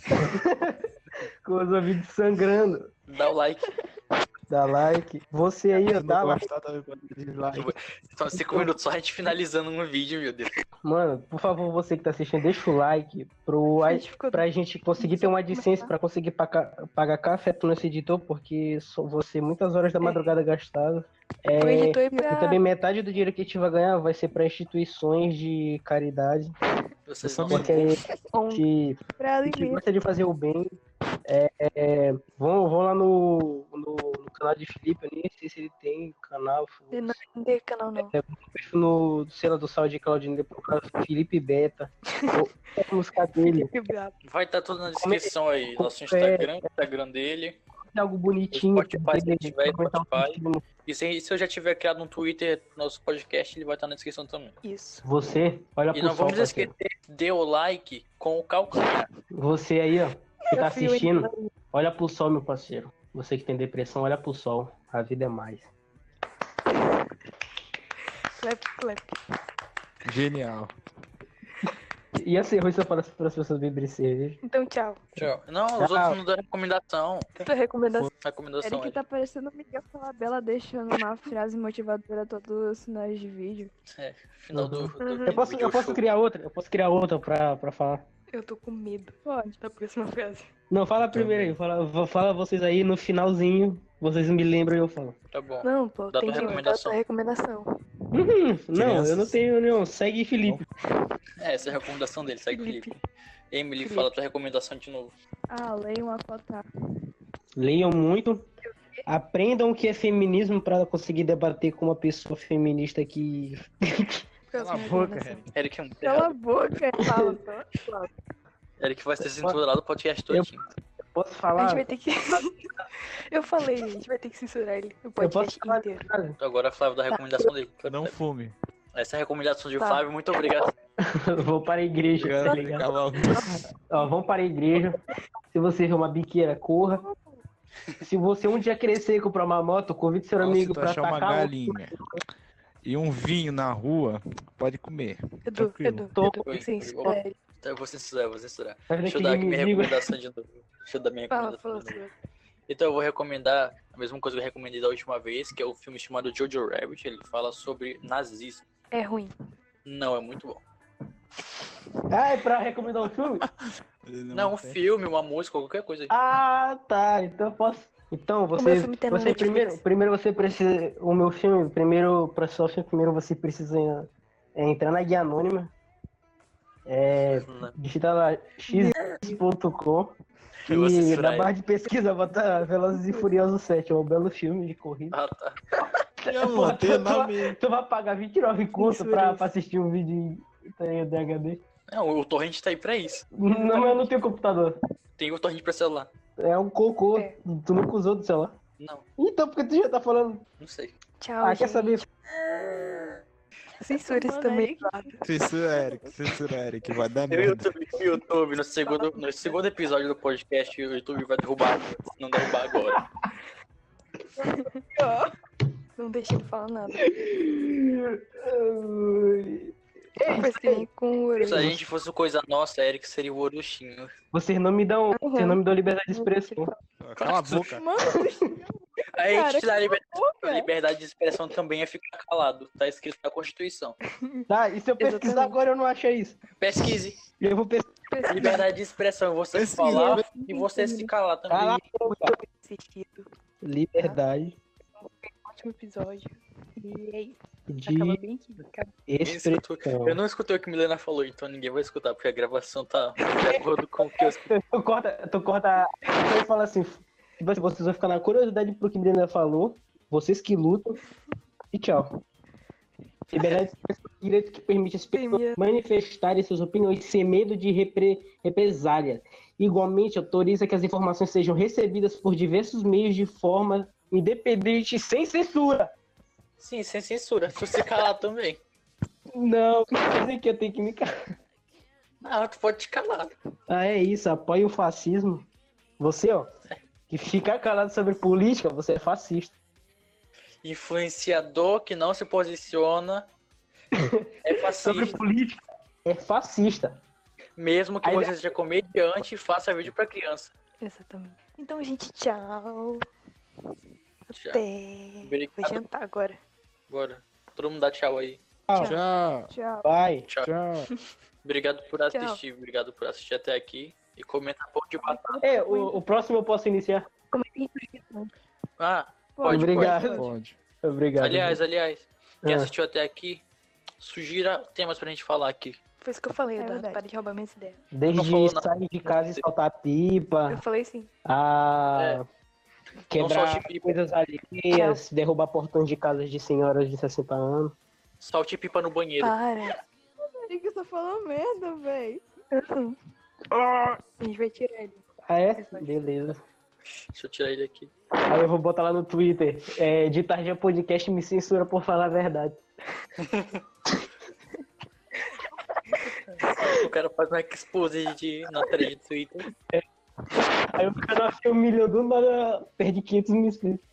[SPEAKER 4] com os ouvidos sangrando,
[SPEAKER 1] Dá o like.
[SPEAKER 4] dá like. Você aí, ó,
[SPEAKER 9] Eu
[SPEAKER 4] dá
[SPEAKER 9] não
[SPEAKER 4] like.
[SPEAKER 2] tá
[SPEAKER 9] gostar também quando diz lá.
[SPEAKER 1] São cinco minutos só a gente finalizando um vídeo, meu Deus.
[SPEAKER 4] Mano, por favor, você que tá assistindo, deixa o like pro,
[SPEAKER 3] a gente ficou
[SPEAKER 4] pra gente conseguir ter uma licença, pra conseguir pagar, pagar café pro nosso editor, porque só você muitas horas da madrugada gastadas. É,
[SPEAKER 3] o
[SPEAKER 4] e
[SPEAKER 3] editor é pra...
[SPEAKER 4] também metade do dinheiro que a gente vai ganhar vai ser pra instituições de caridade,
[SPEAKER 1] Vocês
[SPEAKER 2] Eu
[SPEAKER 1] não
[SPEAKER 2] só me-
[SPEAKER 4] porque a gente
[SPEAKER 6] On- Pra
[SPEAKER 4] a gente
[SPEAKER 6] alimentar.
[SPEAKER 4] gosta de fazer o bem. É, é, vão, vão lá no, no, no canal de Felipe, eu nem sei se ele tem canal.
[SPEAKER 3] Ele Não, não tem canal, não.
[SPEAKER 4] No, sei lá, do SoundCloud, ele procura Felipe Beta. Ou a música dele.
[SPEAKER 3] Felipe Brabo.
[SPEAKER 1] Vai estar tudo na descrição aí. Nosso Instagram, o Instagram dele.
[SPEAKER 4] tem algo bonitinho.
[SPEAKER 1] Spotify,
[SPEAKER 4] pra
[SPEAKER 1] se
[SPEAKER 4] gente
[SPEAKER 1] tiver
[SPEAKER 4] comentar um
[SPEAKER 1] Spotify.
[SPEAKER 4] pouquinho.
[SPEAKER 1] E se, se eu já tiver criado um Twitter, nosso podcast, ele vai estar na descrição também.
[SPEAKER 4] Tá
[SPEAKER 3] Isso.
[SPEAKER 4] Você, olha
[SPEAKER 1] E
[SPEAKER 4] pro
[SPEAKER 1] não
[SPEAKER 4] sol,
[SPEAKER 1] vamos
[SPEAKER 4] parceiro.
[SPEAKER 1] esquecer, dê o like com o calcanhar.
[SPEAKER 4] Você aí, ó, que tá
[SPEAKER 3] Eu fui o
[SPEAKER 4] assistindo, olha pro sol, meu parceiro. Você que tem depressão, olha pro sol. A vida é mais.
[SPEAKER 3] Clap, clap.
[SPEAKER 9] Genial.
[SPEAKER 4] E assim, ruim se eu falasse para as pessoas beberem cerveja.
[SPEAKER 3] Então, tchau.
[SPEAKER 1] Tchau. Não, os
[SPEAKER 4] Tchau.
[SPEAKER 1] outros não dão recomendação.
[SPEAKER 4] Tá.
[SPEAKER 3] Tua recomendação.
[SPEAKER 1] Recomendação
[SPEAKER 6] Eric
[SPEAKER 1] aí.
[SPEAKER 6] tá parecendo o Miguel Falabella deixando uma frase motivadora a todos os sinais de vídeo.
[SPEAKER 1] É, final do, Tá do
[SPEAKER 3] Eu
[SPEAKER 4] Eu
[SPEAKER 1] vídeo
[SPEAKER 4] posso, eu posso
[SPEAKER 1] show.
[SPEAKER 4] criar outra, eu posso criar outra pra, pra falar.
[SPEAKER 3] Eu tô com medo
[SPEAKER 6] Pode.
[SPEAKER 3] da próxima frase.
[SPEAKER 4] Não, fala
[SPEAKER 1] Tá
[SPEAKER 4] primeiro aí, fala, v- fala vocês aí no finalzinho. Vocês me lembram e eu falo.
[SPEAKER 1] Tá bom.
[SPEAKER 3] Não, pô,
[SPEAKER 1] Dá
[SPEAKER 3] tem
[SPEAKER 1] tua
[SPEAKER 3] que dar
[SPEAKER 1] recomendação.
[SPEAKER 3] tua recomendação.
[SPEAKER 4] Uhum, não,
[SPEAKER 2] Crianças.
[SPEAKER 4] eu não tenho nenhum. Segue Felipe.
[SPEAKER 1] É, essa é a recomendação dele, segue o
[SPEAKER 3] Felipe.
[SPEAKER 1] Felipe. Emily, fala tua recomendação de novo.
[SPEAKER 6] Ah, leiam a cota.
[SPEAKER 4] Leiam muito. Aprendam o que é feminismo pra conseguir debater com uma pessoa feminista que
[SPEAKER 3] Próxima
[SPEAKER 6] assim,
[SPEAKER 2] a boca,
[SPEAKER 3] recomendação.
[SPEAKER 1] Eric é muito
[SPEAKER 6] Cala a
[SPEAKER 1] errado.
[SPEAKER 6] boca, fala só.
[SPEAKER 1] Eric vai ser censurado o podcast então. todo.
[SPEAKER 4] Eu- Posso
[SPEAKER 3] A
[SPEAKER 4] falar?
[SPEAKER 3] gente vai ter que. eu falei, a gente vai ter que censurar ele no
[SPEAKER 4] Eu
[SPEAKER 3] podcast
[SPEAKER 4] posso falar de
[SPEAKER 3] inteiro.
[SPEAKER 4] casa?
[SPEAKER 1] Agora, Flávio, da recomendação dele.
[SPEAKER 2] Não fume.
[SPEAKER 1] Essa é a recomendação de
[SPEAKER 3] Tá.
[SPEAKER 1] Flávio, muito obrigado.
[SPEAKER 4] Vou para a igreja, tá ligado?
[SPEAKER 2] Cala a boca.
[SPEAKER 4] Ó, vão para a igreja. Se você vê uma biqueira, corra. Se você um dia crescer e comprar uma moto, convide seu
[SPEAKER 2] Ou Se
[SPEAKER 4] amigo um
[SPEAKER 2] tu
[SPEAKER 4] para
[SPEAKER 2] achar uma
[SPEAKER 4] atacar. o-
[SPEAKER 2] galinha e um vinho na rua, pode comer.
[SPEAKER 3] Edu,
[SPEAKER 2] Tranquilo.
[SPEAKER 3] Edu,
[SPEAKER 4] Tô-
[SPEAKER 3] Edu,
[SPEAKER 1] Oi,
[SPEAKER 3] sem
[SPEAKER 1] tudo
[SPEAKER 3] spoiler.
[SPEAKER 1] Então, eu vou censurar, eu vou censurar.
[SPEAKER 4] Tá vendo
[SPEAKER 1] Deixa eu
[SPEAKER 4] aquele
[SPEAKER 1] dar aqui minha
[SPEAKER 4] inimigo?
[SPEAKER 1] recomendação de novo. Deixa eu dar minha
[SPEAKER 3] Fala,
[SPEAKER 1] recomendação
[SPEAKER 3] fala,
[SPEAKER 1] de novo.
[SPEAKER 3] Silvio.
[SPEAKER 1] Então, eu vou recomendar a mesma coisa que eu recomendei da última vez, que é o filme chamado Jojo Rabbit. Ele fala sobre nazismo.
[SPEAKER 3] É ruim.
[SPEAKER 1] Não, é muito bom.
[SPEAKER 4] Ah, é pra recomendar um filme?
[SPEAKER 1] Não, um filme, uma música, qualquer coisa. aí.
[SPEAKER 4] Ah, tá. Então eu posso. Então,
[SPEAKER 3] meu
[SPEAKER 4] você,
[SPEAKER 3] filme tem no
[SPEAKER 4] você
[SPEAKER 3] Netflix.
[SPEAKER 4] primeiro, primeiro você precisa. O meu filme, primeiro, para só filme, primeiro você precisa é, entrar na guia anônima. É, digitar lá x.com.
[SPEAKER 1] Eu vou
[SPEAKER 4] E
[SPEAKER 1] censurar
[SPEAKER 4] na barra
[SPEAKER 1] ele.
[SPEAKER 4] de pesquisa, bota Velozes e Furiosos 7, é um belo filme de corrida.
[SPEAKER 1] Ah, tá.
[SPEAKER 2] Eu não tenho nome.
[SPEAKER 4] Tu vai pagar 29 conto
[SPEAKER 3] Isso,
[SPEAKER 4] pra,
[SPEAKER 3] isso.
[SPEAKER 4] pra assistir um vídeo em tá aí, DHD.
[SPEAKER 1] Não, o torrent tá aí pra isso.
[SPEAKER 4] Não, mas eu não tenho computador.
[SPEAKER 1] Tem o torrent pra celular.
[SPEAKER 4] É um cocô,
[SPEAKER 3] É.
[SPEAKER 4] tu nunca usou do celular.
[SPEAKER 1] Não,
[SPEAKER 4] Então, porque tu já tá falando.
[SPEAKER 1] não sei.
[SPEAKER 3] Tchau.
[SPEAKER 4] Ah,
[SPEAKER 3] gente.
[SPEAKER 4] quer saber?
[SPEAKER 3] Censura isso
[SPEAKER 6] Mano, é
[SPEAKER 3] também.
[SPEAKER 6] Eric.
[SPEAKER 3] Eduardo.
[SPEAKER 2] Censura, Eric. Censura, Eric. Vai dar
[SPEAKER 1] No
[SPEAKER 2] merda.
[SPEAKER 1] YouTube, no YouTube, no segundo, no segundo episódio do podcast, o YouTube vai derrubar. Se não derrubar agora.
[SPEAKER 4] É
[SPEAKER 3] Não deixa ele falar nada. Eu pensei com o
[SPEAKER 1] Se a
[SPEAKER 3] Orelha.
[SPEAKER 1] gente fosse coisa nossa, Eric seria o Orochinho.
[SPEAKER 4] Vocês não me dão,
[SPEAKER 3] Uhum.
[SPEAKER 4] vocês não me dão liberdade de expressão.
[SPEAKER 10] Cala a boca.
[SPEAKER 3] Mano,
[SPEAKER 1] A gente te dá liberdade,
[SPEAKER 3] cara.
[SPEAKER 1] liberdade de expressão também é ficar calado. Tá escrito na Constituição.
[SPEAKER 4] Tá, e se eu pesquisar
[SPEAKER 3] Exatamente.
[SPEAKER 4] agora eu não acho isso?
[SPEAKER 1] Pesquise.
[SPEAKER 4] Eu vou pesquisar.
[SPEAKER 1] Liberdade de expressão. Você
[SPEAKER 2] Pesquise.
[SPEAKER 1] falar e você se calar também.
[SPEAKER 4] lá.
[SPEAKER 3] muito bem assistido.
[SPEAKER 4] Liberdade
[SPEAKER 3] Ótimo episódio. E é isso. Acaba
[SPEAKER 4] de
[SPEAKER 3] bem que acaba
[SPEAKER 4] expressão.
[SPEAKER 1] Eu não escutei o que Milena falou, então ninguém vai escutar, porque a gravação tá de acordo com o que eu escutei.
[SPEAKER 4] Tu corta, tu corta. Eu falo assim, vocês vocês vão ficar na curiosidade pro que Milena falou, vocês que lutam, e tchau. Liberdade de expressão é um direito que permite as pessoas
[SPEAKER 3] Minha-
[SPEAKER 4] manifestarem suas opiniões sem medo de repre, represália. Igualmente, autoriza que as informações sejam recebidas por diversos meios de forma independente e sem censura.
[SPEAKER 1] Sim, sem censura. Se você calar também.
[SPEAKER 4] Não, quer dizer que eu tenho que me calar.
[SPEAKER 1] Ah, tu pode te calar.
[SPEAKER 4] Ah, é isso, apoia o fascismo. Você, ó, que ficar calado sobre política, você é fascista.
[SPEAKER 1] Influenciador que não se posiciona é
[SPEAKER 4] sobre
[SPEAKER 1] fascista.
[SPEAKER 4] política é fascista.
[SPEAKER 1] Mesmo que
[SPEAKER 4] Aí-
[SPEAKER 1] você seja comediante, faça vídeo pra criança.
[SPEAKER 3] Exatamente. Então, gente, tchau.
[SPEAKER 1] Tchau.
[SPEAKER 3] Até. Vou
[SPEAKER 1] Obrigado.
[SPEAKER 3] jantar agora.
[SPEAKER 1] Bora. Todo mundo dá tchau aí.
[SPEAKER 2] Tchau,
[SPEAKER 6] Tchau.
[SPEAKER 4] Vai.
[SPEAKER 2] tchau.
[SPEAKER 1] Obrigado por
[SPEAKER 3] Tchau.
[SPEAKER 1] assistir. Obrigado por assistir até aqui. E comenta pão de batata.
[SPEAKER 4] É, o, o próximo eu posso iniciar.
[SPEAKER 3] Como é que a gente
[SPEAKER 1] Ah, Pode,
[SPEAKER 4] Obrigado.
[SPEAKER 2] Pode.
[SPEAKER 4] Obrigado.
[SPEAKER 1] aliás, aliás, quem
[SPEAKER 4] Ah.
[SPEAKER 1] assistiu até aqui, sugira temas pra gente falar aqui.
[SPEAKER 3] Foi isso que eu falei,
[SPEAKER 6] É
[SPEAKER 3] Eduardo.
[SPEAKER 6] verdade.
[SPEAKER 3] Para de roubar minhas ideias.
[SPEAKER 1] não
[SPEAKER 4] Desde
[SPEAKER 1] falou nada.
[SPEAKER 4] sair de casa e soltar
[SPEAKER 3] Eu
[SPEAKER 4] pipa,
[SPEAKER 3] falei assim, sim.
[SPEAKER 4] a
[SPEAKER 1] É. Não
[SPEAKER 4] quebrar
[SPEAKER 1] solte pipa.
[SPEAKER 4] coisas alheias, derrubar portões de casas de senhoras de 60 anos.
[SPEAKER 1] Salte pipa no banheiro.
[SPEAKER 3] Ah. Para.
[SPEAKER 6] É que eu tô falando merda, véi.
[SPEAKER 3] A gente vai tirar ele.
[SPEAKER 4] Ah, é? Beleza.
[SPEAKER 1] Deixa eu tirar ele aqui.
[SPEAKER 4] Aí eu vou botar lá no Twitter. É, de tarde é podcast me censura por falar a verdade.
[SPEAKER 1] O cara faz uma expose de na thread de Twitter.
[SPEAKER 4] Aí o canal fica humilhando, nada, perdi 500 mil inscritos.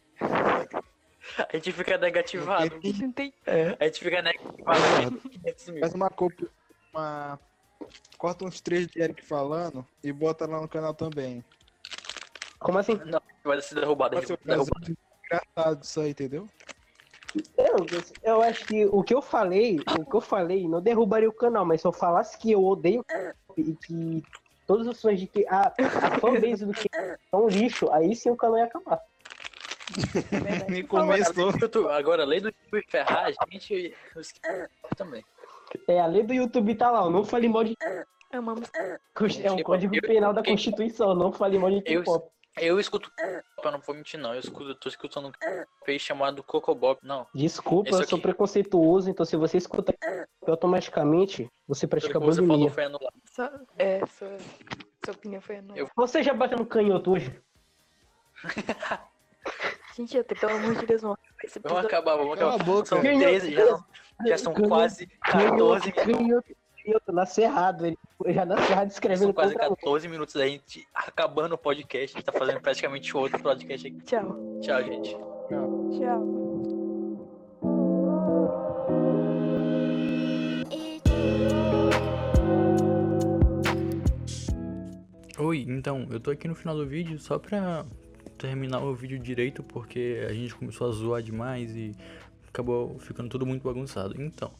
[SPEAKER 1] A gente fica negativado.
[SPEAKER 3] A gente não tem
[SPEAKER 4] É.
[SPEAKER 1] A gente fica negativado. 500 mil.
[SPEAKER 2] Faz uma copia. Uma... Corta uns três de Eric falando e bota lá no canal também.
[SPEAKER 4] Como assim?
[SPEAKER 1] Vai ser derrubado. a
[SPEAKER 2] Vai
[SPEAKER 1] gente
[SPEAKER 2] ser
[SPEAKER 1] vai
[SPEAKER 2] um caso
[SPEAKER 1] derrubar.
[SPEAKER 2] engraçado isso aí, entendeu?
[SPEAKER 4] Eu, eu acho que o que eu falei, o que eu falei, não derrubaria o canal, mas se eu falasse que eu odeio e que todos os fãs de que a, a fanbase do que é um lixo, aí sim o canal ia acabar.
[SPEAKER 10] Nem
[SPEAKER 1] Cara,
[SPEAKER 10] começou.
[SPEAKER 1] do YouTube. Agora, além do YouTube ferrar, a gente os que- também.
[SPEAKER 4] É, a lei do YouTube tá lá, eu não falei mal de
[SPEAKER 3] Amamos.
[SPEAKER 4] é um código penal da Constituição, eu não falei mal de
[SPEAKER 1] Eu-
[SPEAKER 4] K-pop.
[SPEAKER 1] Eu escuto. Eu não vou mentir, não. Eu escuto, tô escutando um peixe chamado Cocobop. Não.
[SPEAKER 4] Desculpa,
[SPEAKER 1] Isso
[SPEAKER 4] eu sou
[SPEAKER 1] aqui.
[SPEAKER 4] preconceituoso, então se você escuta automaticamente, você
[SPEAKER 1] Tudo que
[SPEAKER 4] pratica
[SPEAKER 1] você falou
[SPEAKER 4] bulimia.
[SPEAKER 1] foi anulado.
[SPEAKER 3] Só... É, sua... sua opinião foi anulada.
[SPEAKER 1] Eu-
[SPEAKER 4] Você já bateu no canhoto hoje?
[SPEAKER 3] Gente, até pelo amor de Deus, vamos acabar esse
[SPEAKER 1] Vamos
[SPEAKER 3] episódio.
[SPEAKER 1] acabar, vamos
[SPEAKER 2] Cala a
[SPEAKER 1] acabar.
[SPEAKER 2] boca.
[SPEAKER 1] São
[SPEAKER 4] Ganhou.
[SPEAKER 1] 13, já, são- já são
[SPEAKER 4] Ganhou.
[SPEAKER 1] quase 14 minutos.
[SPEAKER 4] canhoto, canhoto, nasce errado, ele ele já nasce errado
[SPEAKER 1] São
[SPEAKER 4] escrevendo
[SPEAKER 1] quase
[SPEAKER 4] contra-
[SPEAKER 1] 14 minutos da gente acabando o podcast. A gente tá fazendo praticamente outro podcast aqui.
[SPEAKER 3] Tchau.
[SPEAKER 1] Tchau, gente.
[SPEAKER 6] Tchau.
[SPEAKER 1] Oi, então, eu tô aqui no final do vídeo só pra terminar o vídeo direito, porque a gente começou a zoar demais e acabou ficando tudo muito bagunçado. Então,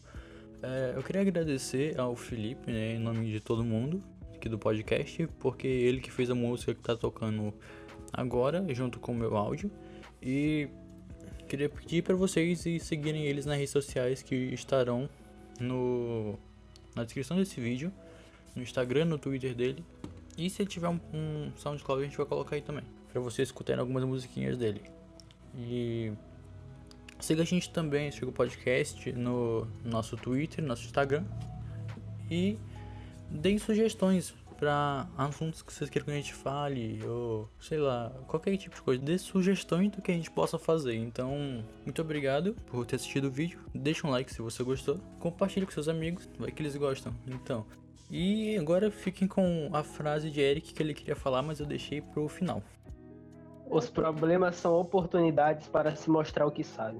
[SPEAKER 1] é, eu queria agradecer ao Felipe, né, em nome de todo mundo aqui do podcast, porque ele que fez a música que tá tocando agora, junto com o meu áudio. E queria pedir pra vocês e seguirem eles nas redes sociais que estarão no, na descrição desse vídeo, no Instagram, no Twitter dele. E se ele tiver um, um SoundCloud, a gente vai colocar aí também. Pra vocês escutarem algumas musiquinhas dele. E. Siga a gente também, siga o podcast no nosso Twitter, nosso Instagram. E deem sugestões pra assuntos que vocês queiram que a gente fale, ou sei lá, qualquer tipo de coisa. Dê sugestões do que a gente possa fazer. Então, muito obrigado por ter assistido o vídeo. Deixa um like se você gostou. Compartilhe com seus amigos, vai que eles gostam. Então. E agora fiquem com a frase de Eric que ele queria falar, mas eu deixei pro final.
[SPEAKER 4] Os problemas são oportunidades para se mostrar o que sabe.